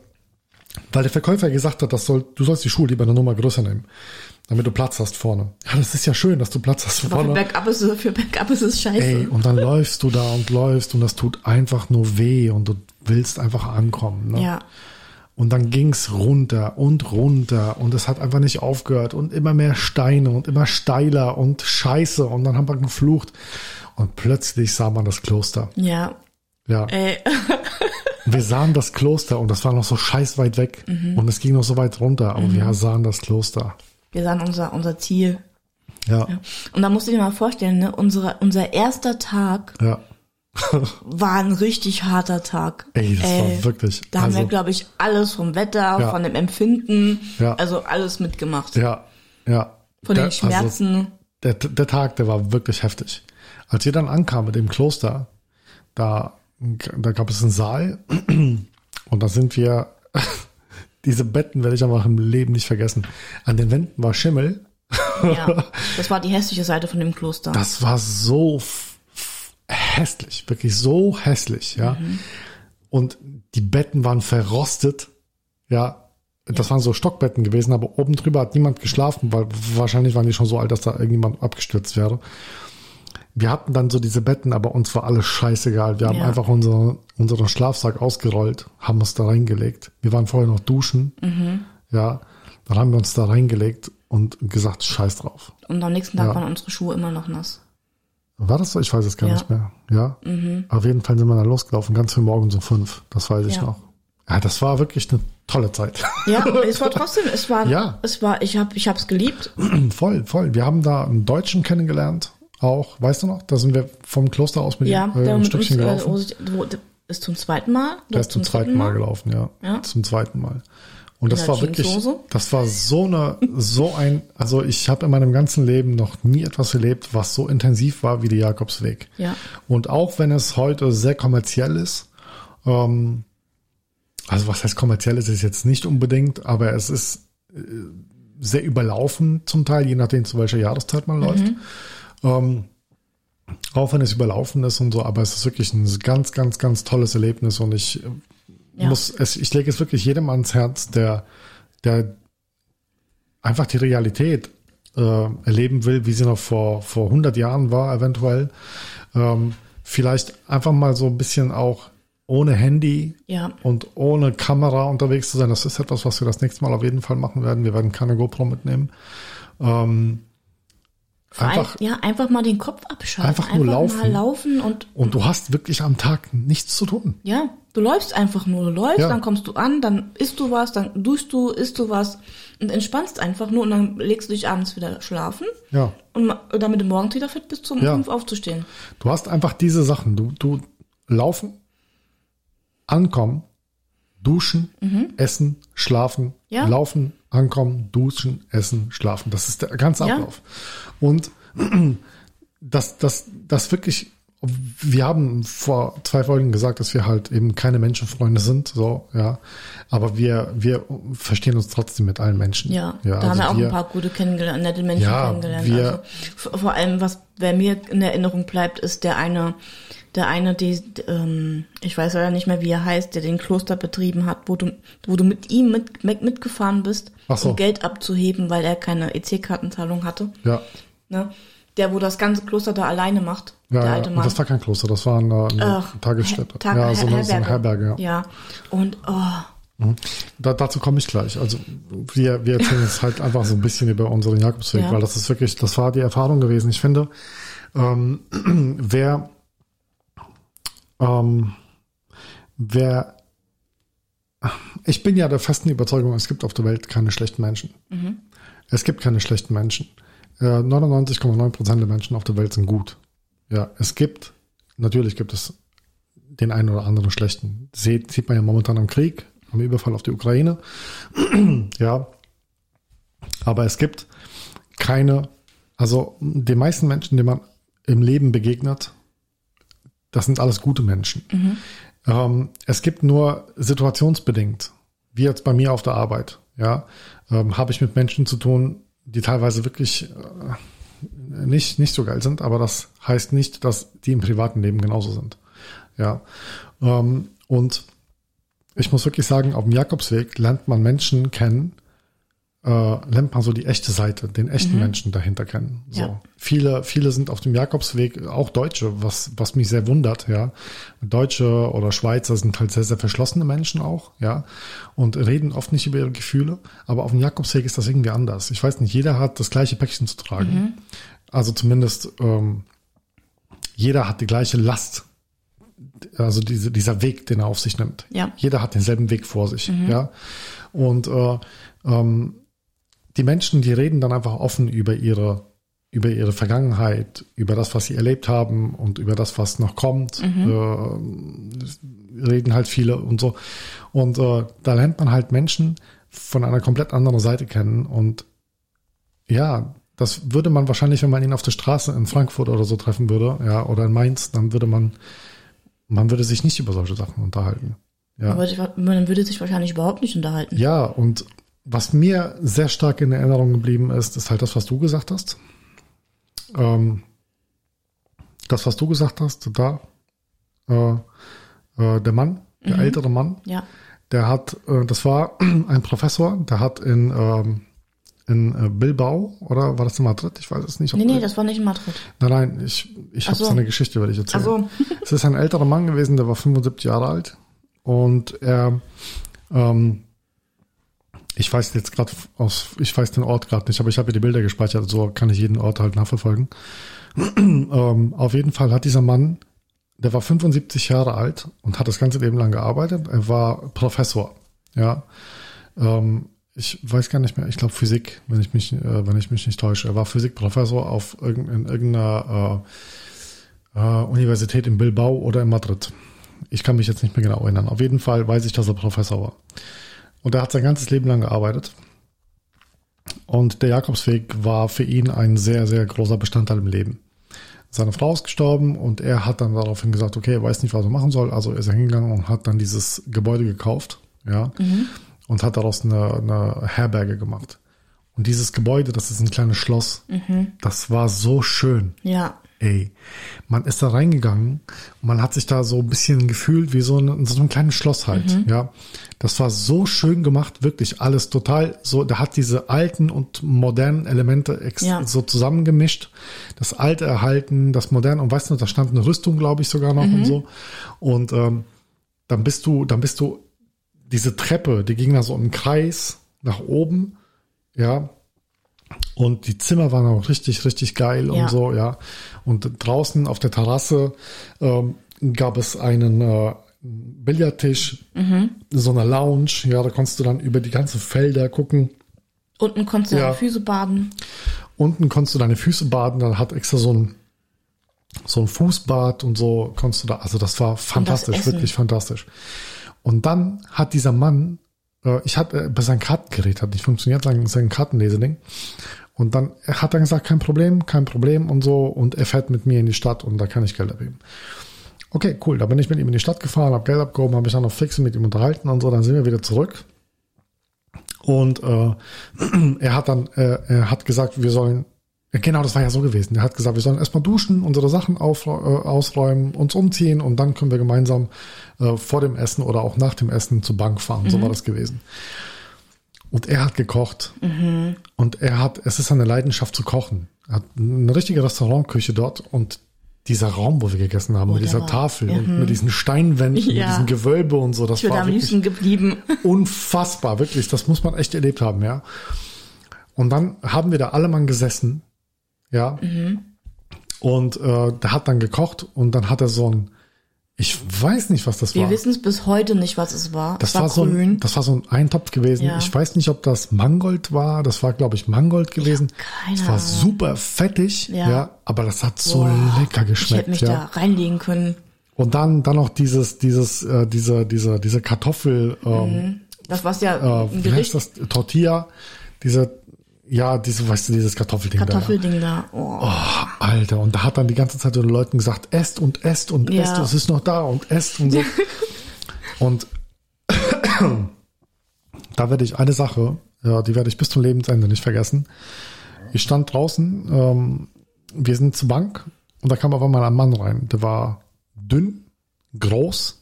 B: weil der Verkäufer gesagt hat, das soll, du sollst die Schuhe lieber eine Nummer größer nehmen, damit du Platz hast vorne. Ja, das ist ja schön, dass du Platz hast
A: Aber für
B: vorne.
A: Backup ist es, für Backup ist es scheiße.
B: Ey, und dann läufst du da und läufst und das tut einfach nur weh und du willst einfach ankommen. Ne?
A: Ja.
B: Und dann ging's runter und runter und es hat einfach nicht aufgehört und immer mehr Steine und immer steiler und scheiße und dann haben wir geflucht und plötzlich sah man das Kloster.
A: Ja.
B: Ja.
A: Ey.
B: Wir sahen das Kloster und das war noch so scheiß weit weg
A: Mhm.
B: und es ging noch so weit runter, aber wir sahen das Kloster.
A: Wir sahen unser, unser Ziel.
B: Ja,
A: Und da musst du dir mal vorstellen, ne? Unsere, unser erster Tag
B: ja.
A: war ein richtig harter Tag.
B: Ey, das war wirklich.
A: Äh, Da haben
B: also,
A: wir, glaube ich, alles vom Wetter,
B: Ja.
A: von dem Empfinden,
B: Ja.
A: also alles mitgemacht.
B: ja, ja. also
A: Von
B: Der-
A: den Schmerzen.
B: der, der Tag, der war wirklich heftig. Als wir dann ankamen mit dem Kloster, da, da gab es einen Saal und da sind wir, diese Betten werde ich einfach im Leben nicht vergessen. An den Wänden war Schimmel
A: ja. Das war die hässliche Seite von dem Kloster.
B: Das war so f- f- hässlich, wirklich so hässlich, ja. Und die Betten waren verrostet, ja. Das waren so Stockbetten gewesen, aber oben drüber hat niemand geschlafen, weil wahrscheinlich waren die schon so alt, dass da irgendjemand abgestürzt wäre. Wir hatten dann so diese Betten, aber uns war alles scheißegal. Wir haben
A: Ja.
B: einfach unsere, unseren Schlafsack ausgerollt, haben uns da reingelegt. Wir waren vorher noch duschen, ja. Dann haben wir uns da reingelegt und gesagt, scheiß drauf.
A: Und am nächsten Tag
B: Ja.
A: waren unsere Schuhe immer noch nass.
B: War das so? Ich weiß es gar
A: Ja. Mhm.
B: nicht mehr. Ja. Auf jeden Fall sind wir dann losgelaufen, ganz früh morgens um fünf. Das weiß ich
A: Ja.
B: noch. Ja, das war wirklich eine tolle Zeit.
A: Ja, es war trotzdem, es war,
B: Ja.
A: es war, ich habe, ich hab's geliebt.
B: voll, voll. Wir haben da einen Deutschen kennengelernt. Auch, weißt du noch? Da sind wir vom Kloster aus mit
A: Ja,
B: ihm äh,
A: der
B: ein
A: mit uns,
B: Stückchen
A: äh,
B: gelaufen.
A: wo, sich- wo, ist zum zweiten Mal?
B: Der ist zum, zweiten
A: dritten
B: Mal gelaufen, ja.
A: Ja.
B: Zum zweiten Mal. Und das
A: der
B: war wirklich,
A: Jeanshose?
B: das war so eine, so ein, also ich habe in meinem ganzen Leben noch nie etwas erlebt, was so intensiv war wie der Jakobsweg.
A: Ja.
B: Und auch wenn es heute sehr kommerziell ist, ähm, also was heißt kommerziell ist es jetzt nicht unbedingt, aber es ist äh, sehr überlaufen zum Teil, je nachdem zu welcher Jahreszeit man läuft. Ähm, auch wenn es überlaufen ist und so, aber es ist wirklich ein ganz, ganz, ganz tolles Erlebnis und ich äh,
A: Ja.
B: muss es, ich lege es wirklich jedem ans Herz, der, der einfach die Realität äh, erleben will, wie sie noch vor, vor 100 Jahren war, eventuell, ähm, vielleicht einfach mal so ein bisschen auch ohne Handy
A: Ja.
B: und ohne Kamera unterwegs zu sein. Das ist etwas, was wir das nächste Mal auf jeden Fall machen werden. Wir werden keine GoPro mitnehmen. Ähm, einfach,
A: Ein, ja, einfach mal den Kopf abschalten.
B: Einfach nur laufen.
A: mal laufen und
B: und du hast wirklich am Tag nichts zu tun.
A: ja, du läufst einfach nur. Du läufst,
B: Ja.
A: dann kommst du an, dann isst du was, dann duschst du, isst du was und entspannst einfach nur und dann legst du dich abends wieder schlafen
B: Ja.
A: und ma- damit du morgens wieder fit bist, um
B: Ja.
A: fünf aufzustehen.
B: Du hast einfach diese Sachen. Du, du laufen, ankommen, duschen, essen, schlafen,
A: Mhm. Ja.
B: laufen, ankommen, duschen, essen, schlafen. Das ist der ganze
A: Ja.
B: Ablauf. Und das, das, das wirklich, wir haben vor zwei Folgen gesagt, dass wir halt eben keine Menschenfreunde sind, so, ja. Aber wir, wir verstehen uns trotzdem mit allen Menschen.
A: Ja,
B: ja
A: da haben wir
B: also
A: auch ein paar gute kennengelernt, nette Menschen
B: Ja,
A: kennengelernt.
B: wir-
A: also, v- vor allem, was bei mir in Erinnerung bleibt, ist der eine, der eine, die, d- ähm, ich weiß leider nicht mehr, wie er heißt, der den Kloster betrieben hat, wo du, wo du mit ihm mit, mit, mitgefahren bist,
B: Ach so.
A: um Geld abzuheben, weil er keine EC-Kartenzahlung hatte.
B: Ja.
A: Ne? Der, wo das ganze Kloster da alleine macht,
B: Ja,
A: der
B: ja.
A: alte
B: Und
A: Mann.
B: das war kein Kloster, das war eine, eine
A: Ach,
B: Tagesstätte.
A: Tag-
B: ja, so eine, so eine
A: Herberge.
B: Herberge, ja.
A: ja. Und oh,
B: Da, dazu komme ich gleich. Also wir, wir erzählen jetzt halt einfach so ein bisschen über unseren Jakobsweg,
A: Ja.
B: weil das ist wirklich, das war die Erfahrung gewesen. Ich finde, ähm, wer, ähm, wer, ich bin ja der festen Überzeugung, es gibt auf der Welt keine schlechten Menschen. Es gibt keine schlechten Menschen. Äh, 99,9% der Menschen auf der Welt sind gut. Ja, es gibt, natürlich gibt es den einen oder anderen schlechten. Seht, sieht man ja momentan am Krieg, am Überfall auf die Ukraine. ja. Aber es gibt keine, also die meisten Menschen, denen man im Leben begegnet, das sind alles gute Menschen. Ähm, es gibt nur situationsbedingt, wie jetzt bei mir auf der Arbeit, ja, ähm, habe ich mit Menschen zu tun, die teilweise wirklich äh, nicht, nicht so geil sind, aber das heißt nicht, dass die im privaten Leben genauso sind. Ja. Ähm, und ich muss wirklich sagen, auf dem Jakobsweg lernt man Menschen kennen, äh, lernt man so die echte Seite, den echten Menschen dahinter kennen. So.
A: Ja.
B: Viele, viele sind auf dem Jakobsweg, auch Deutsche, was, was mich sehr wundert, ja. Deutsche oder Schweizer sind halt sehr, sehr verschlossene Menschen auch, ja. Und reden oft nicht über ihre Gefühle. Aber auf dem Jakobsweg ist das irgendwie anders. Ich weiß nicht, jeder hat das gleiche Päckchen zu tragen. Also zumindest, ähm, jeder hat die gleiche Last also diese, dieser Weg, den er auf sich nimmt.
A: Ja.
B: Jeder hat denselben Weg vor sich. Ja. Und äh, ähm, die Menschen, die reden dann einfach offen über ihre, über ihre Vergangenheit, über das, was sie erlebt haben und über das, was noch kommt. Äh, reden halt viele und so. Und äh, da lernt man halt Menschen von einer komplett anderen Seite kennen und ja, das würde man wahrscheinlich, wenn man ihn auf der Straße in Frankfurt oder so treffen würde, ja, oder in Mainz, dann würde man, man würde sich nicht über solche Sachen unterhalten. Ja.
A: aber ich- man würde sich wahrscheinlich überhaupt nicht unterhalten.
B: Ja, und was mir sehr stark in Erinnerung geblieben ist, ist halt das, was du gesagt hast. Ähm, das, was du gesagt hast, da, äh, äh, der Mann,
A: Mhm.
B: der ältere Mann,
A: Ja,
B: der hat, äh, das war ein Professor, der hat in, ähm, in äh, Bilbao oder war das in Madrid? Ich weiß es nicht. ob-
A: nee, nee, das war nicht in Madrid.
B: Nein, nein, ich, ich
A: Ach
B: habe
A: so.
B: seine Geschichte über dich erzählt.
A: Also,
B: Es ist ein älterer Mann gewesen, der war 75 Jahre alt. Und er, ähm, ich weiß jetzt gerade aus, ich weiß den Ort gerade nicht, aber ich habe hier die Bilder gespeichert, so kann ich jeden Ort halt nachverfolgen. ähm, auf jeden Fall hat dieser Mann, der war 75 Jahre alt und hat das ganze Leben lang gearbeitet. Er war Professor, ja. Ähm, ich weiß gar nicht mehr, ich glaube Physik, wenn ich mich, äh, wenn ich mich nicht täusche. Er war Physikprofessor auf irgend, in irgendeiner äh, äh, Universität in Bilbao oder in Madrid. Ich kann mich jetzt nicht mehr genau erinnern. Auf jeden Fall weiß ich, dass er Professor war. Und er hat sein ganzes Leben lang gearbeitet. Und der Jakobsweg war für ihn ein sehr, sehr großer Bestandteil im Leben. Seine Frau ist gestorben und er hat dann daraufhin gesagt, okay, er weiß nicht, was er machen soll. Also ist er hingegangen und hat dann dieses Gebäude gekauft, ja, und hat daraus eine, eine Herberge gemacht. Und dieses Gebäude, das ist ein kleines Schloss, das war so schön.
A: ja,
B: Ey, man ist da reingegangen und man hat sich da so ein bisschen gefühlt wie so, ein- in so einem kleinen Schloss halt. Ja, das war so schön gemacht, wirklich alles total so. Da hat diese alten und modernen Elemente ex
A: Ja.
B: so zusammengemischt. Das alte erhalten, das moderne und weißt du, da stand eine Rüstung, glaube ich, sogar noch und so. Und ähm, dann bist du, dann bist du diese Treppe, die ging da so im Kreis nach oben, ja. Und die Zimmer waren auch richtig, richtig geil
A: Ja.
B: und so, ja. Und draußen auf der Terrasse ähm, gab es einen äh, Billardtisch, so eine Lounge, ja, da konntest du dann über die ganzen Felder gucken.
A: Unten konntest du
B: Ja.
A: ja. Füße baden.
B: Unten konntest du deine Füße baden, dann hat extra so ein, so ein Fußbad und so konntest du da, also das war fantastisch,
A: Essen.
B: wirklich fantastisch. Und dann hat dieser Mann, äh, ich hatte, bei seinem Kartengerät hat nicht funktioniert, sein sein Kartenleseding. Und dann hat er gesagt, kein Problem, kein Problem und so. Und er fährt mit mir in die Stadt und da kann ich Geld abheben. Okay, cool. Da bin ich mit ihm in die Stadt gefahren, habe Geld abgehoben, habe mich dann noch fix mit ihm unterhalten und so. Dann sind wir wieder zurück. Und äh, er hat dann, äh, er hat gesagt, wir sollen, ja, genau, das war ja so gewesen. Er hat gesagt, wir sollen erstmal duschen, unsere Sachen auf, äh, ausräumen, uns umziehen und dann können wir gemeinsam äh, vor dem Essen oder auch nach dem Essen zur Bank fahren.
A: Mhm.
B: So war das gewesen. Und er hat gekocht.
A: Mhm.
B: Und er hat, es ist seine Leidenschaft zu kochen. Er hat eine richtige Restaurantküche dort und dieser Raum, wo wir gegessen haben, mit
A: Oh, der
B: dieser
A: war-
B: Tafel und mit diesen Steinwänden, mit
A: Ja.
B: diesem Gewölbe und so, das
A: Ich wäre
B: war
A: am
B: wirklich
A: liebsten geblieben.
B: unfassbar, wirklich. Das muss man echt erlebt haben, ja. Und dann haben wir da alle Mann gesessen, ja. Und äh, der hat dann gekocht und dann hat er so ein, ich weiß nicht, was das
A: Wir
B: war.
A: wissen es bis heute nicht, was es war.
B: das
A: es war,
B: war, so ein,
A: grün.
B: das war so ein Eintopf gewesen.
A: Ja.
B: Ich weiß nicht, ob das Mangold war. Das war, glaube ich, Mangold gewesen.
A: keine
B: Es war
A: Ahnung.
B: super fettig, ja.
A: Ja.
B: aber das hat so lecker
A: ich hätte
B: geschmeckt.
A: mich
B: ja.
A: da reinlegen können.
B: Und dann, dann noch dieses, dieses, äh, diese, diese, diese Kartoffel.
A: Mhm.
B: Ähm,
A: Das war ja
B: äh,
A: ein
B: wie heißt
A: Gericht,
B: das? Tortilla, diese, ja, diese, weißt du, dieses Kartoffelding
A: Kartoffelding da. Oh.
B: da. ja. Oh, Alter, und da hat dann die ganze Zeit so den Leuten gesagt, esst und esst und
A: Ja.
B: esst, es ist noch da und esst und so. und da werde ich eine Sache, ja, die werde ich bis zum Lebensende nicht vergessen. Ich stand draußen, ähm, wir sind zur Bank und da kam auf einmal ein Mann rein. Der war dünn, groß,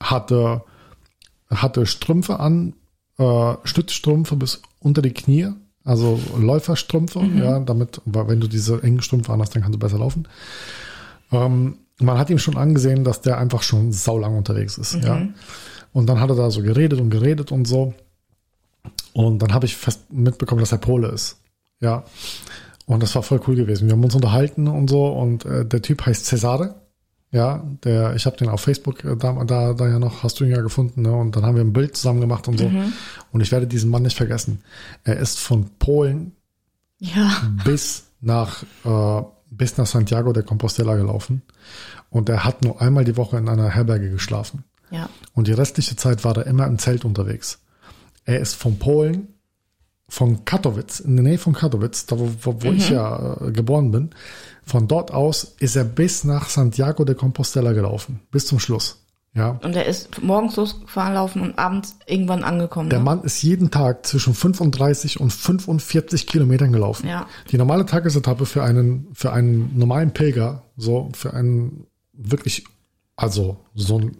B: hatte, hatte Strümpfe an, äh, Stützstrümpfe bis unter die Knie, also Läuferstrümpfe, ja, damit, weil wenn du diese engen Strümpfe anhast, dann kannst du besser laufen. Ähm, man hat ihm schon angesehen, dass der einfach schon saulang unterwegs ist, ja. Und dann hat er da so geredet und geredet und so. Und dann habe ich fest mitbekommen, dass er Pole ist. Ja. Und das war voll cool gewesen. Wir haben uns unterhalten und so. Und äh, der Typ heißt Cesare. Ja, der, ich habe den auf Facebook äh, da, da, da ja noch, hast du ihn ja gefunden, ne? Und dann haben wir ein Bild zusammen gemacht und so. Und ich werde diesen Mann nicht vergessen. Er ist von Polen
A: Ja,
B: bis nach, äh, bis nach Santiago de Compostela gelaufen. Und er hat nur einmal die Woche in einer Herberge geschlafen.
A: ja.
B: Und die restliche Zeit war er immer im Zelt unterwegs. Er ist von Polen, von Katowice, in der Nähe von Katowice, da wo, wo, wo ich ja äh, geboren bin. Von dort aus ist er bis nach Santiago de Compostela gelaufen, bis zum Schluss. Ja.
A: Und er ist morgens losgefahren laufen und abends irgendwann angekommen.
B: Der
A: ne?
B: Mann ist jeden Tag zwischen 35 und 45 Kilometern gelaufen.
A: Ja.
B: Die normale Tagesetappe für einen, für einen normalen Pilger, so, für einen wirklich, also so ein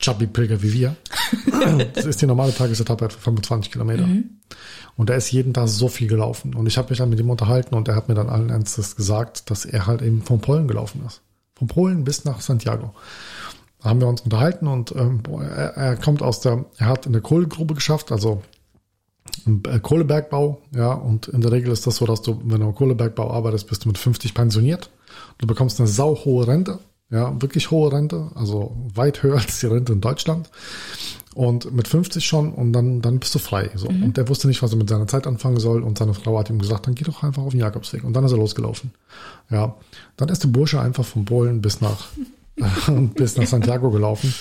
B: chubby Pilger wie wir, das ist die normale Tagesetappe etwa 25 Kilometer. Und er ist jeden Tag so viel gelaufen. Und ich habe mich dann mit ihm unterhalten und er hat mir dann allen Ernstes gesagt, dass er halt eben von Polen gelaufen ist. Von Polen bis nach Santiago. Da haben wir uns unterhalten und ähm, er, er kommt aus der, er hat in der Kohlegrube geschafft, also im, äh, Kohlebergbau, ja, und in der Regel ist das so, dass du, wenn du im Kohlebergbau arbeitest, bist du mit 50 pensioniert. Du bekommst eine sauhohe Rente, ja, wirklich hohe Rente, also weit höher als die Rente in Deutschland. Und mit 50 schon und dann, dann bist du frei. So. Und er wusste nicht, was er mit seiner Zeit anfangen soll. Und seine Frau hat ihm gesagt, dann geh doch einfach auf den Jakobsweg. Und dann ist er losgelaufen. Ja. Dann ist der Bursche einfach von Polen bis nach, bis nach Santiago gelaufen.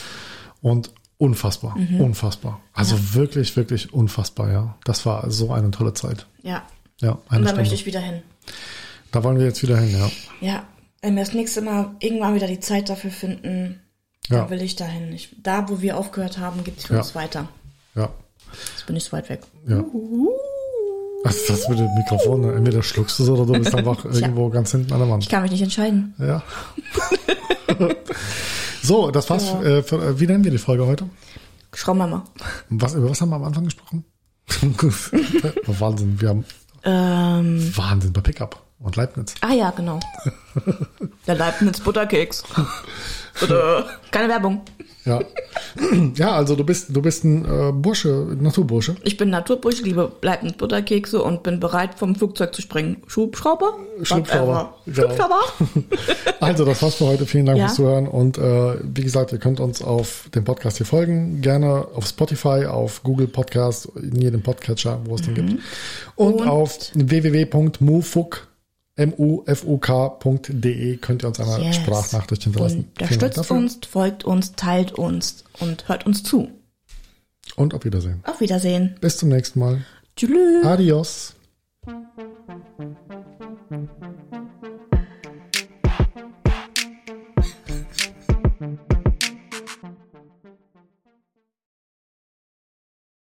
B: Und unfassbar,
A: Mhm.
B: unfassbar. Also wirklich, wirklich unfassbar, ja. Das war so eine tolle Zeit.
A: ja.
B: Ja,
A: Und
B: eine
A: da möchte
B: Stunde.
A: ich wieder hin.
B: Da wollen wir jetzt wieder hin, ja.
A: Ja. Wenn wir das nächste Mal irgendwann wieder die Zeit dafür finden,
B: Ja,
A: dann will ich dahin. Ich, da, wo wir aufgehört haben, gibt's für
B: Ja.
A: uns weiter.
B: ja,
A: Jetzt bin ich so weit weg.
B: ja.
A: Uhu.
B: Also das mit dem Mikrofon, ne? entweder schluckst du es oder du bist einfach irgendwo ganz hinten an der Wand.
A: Ich kann mich nicht entscheiden.
B: Ja. so, das war's. Äh, für, äh, wie nennen wir die Folge heute?
A: Schraubmama.
B: Was, über was haben wir am Anfang gesprochen? Wahnsinn, wir haben
A: Ähm,
B: Wahnsinn bei Pickup und Leibniz.
A: ah ja, genau. Der Leibniz Butterkeks. Tada. Keine Werbung.
B: Ja, ja also du bist, du bist ein äh, Bursche, ein Naturbursche.
A: Ich bin Naturbursch, liebe Leibniz Butterkekse und bin bereit, vom Flugzeug zu springen. Schubschrauber?
B: Äh, Schlupfschrauber,
A: Whatever.
B: genau.
A: Schubschrauber?
B: Also, das war's für heute. Vielen Dank
A: Ja.
B: fürs Zuhören. Und äh, wie gesagt, ihr könnt uns auf dem Podcast hier folgen. Gerne auf Spotify, auf Google Podcast, in jedem Podcatcher, wo es den gibt. Und,
A: Mhm. Und-
B: auf www.mufuk mufuk.de E könnt ihr uns eine
A: Yes.
B: Sprachnachricht hinterlassen.
A: Und
B: Vielen Dank
A: unterstützt
B: dafür.
A: uns, folgt uns, teilt uns und hört uns zu.
B: Und auf Wiedersehen.
A: Auf Wiedersehen.
B: Bis zum nächsten Mal.
A: Tschüss.
B: Adios.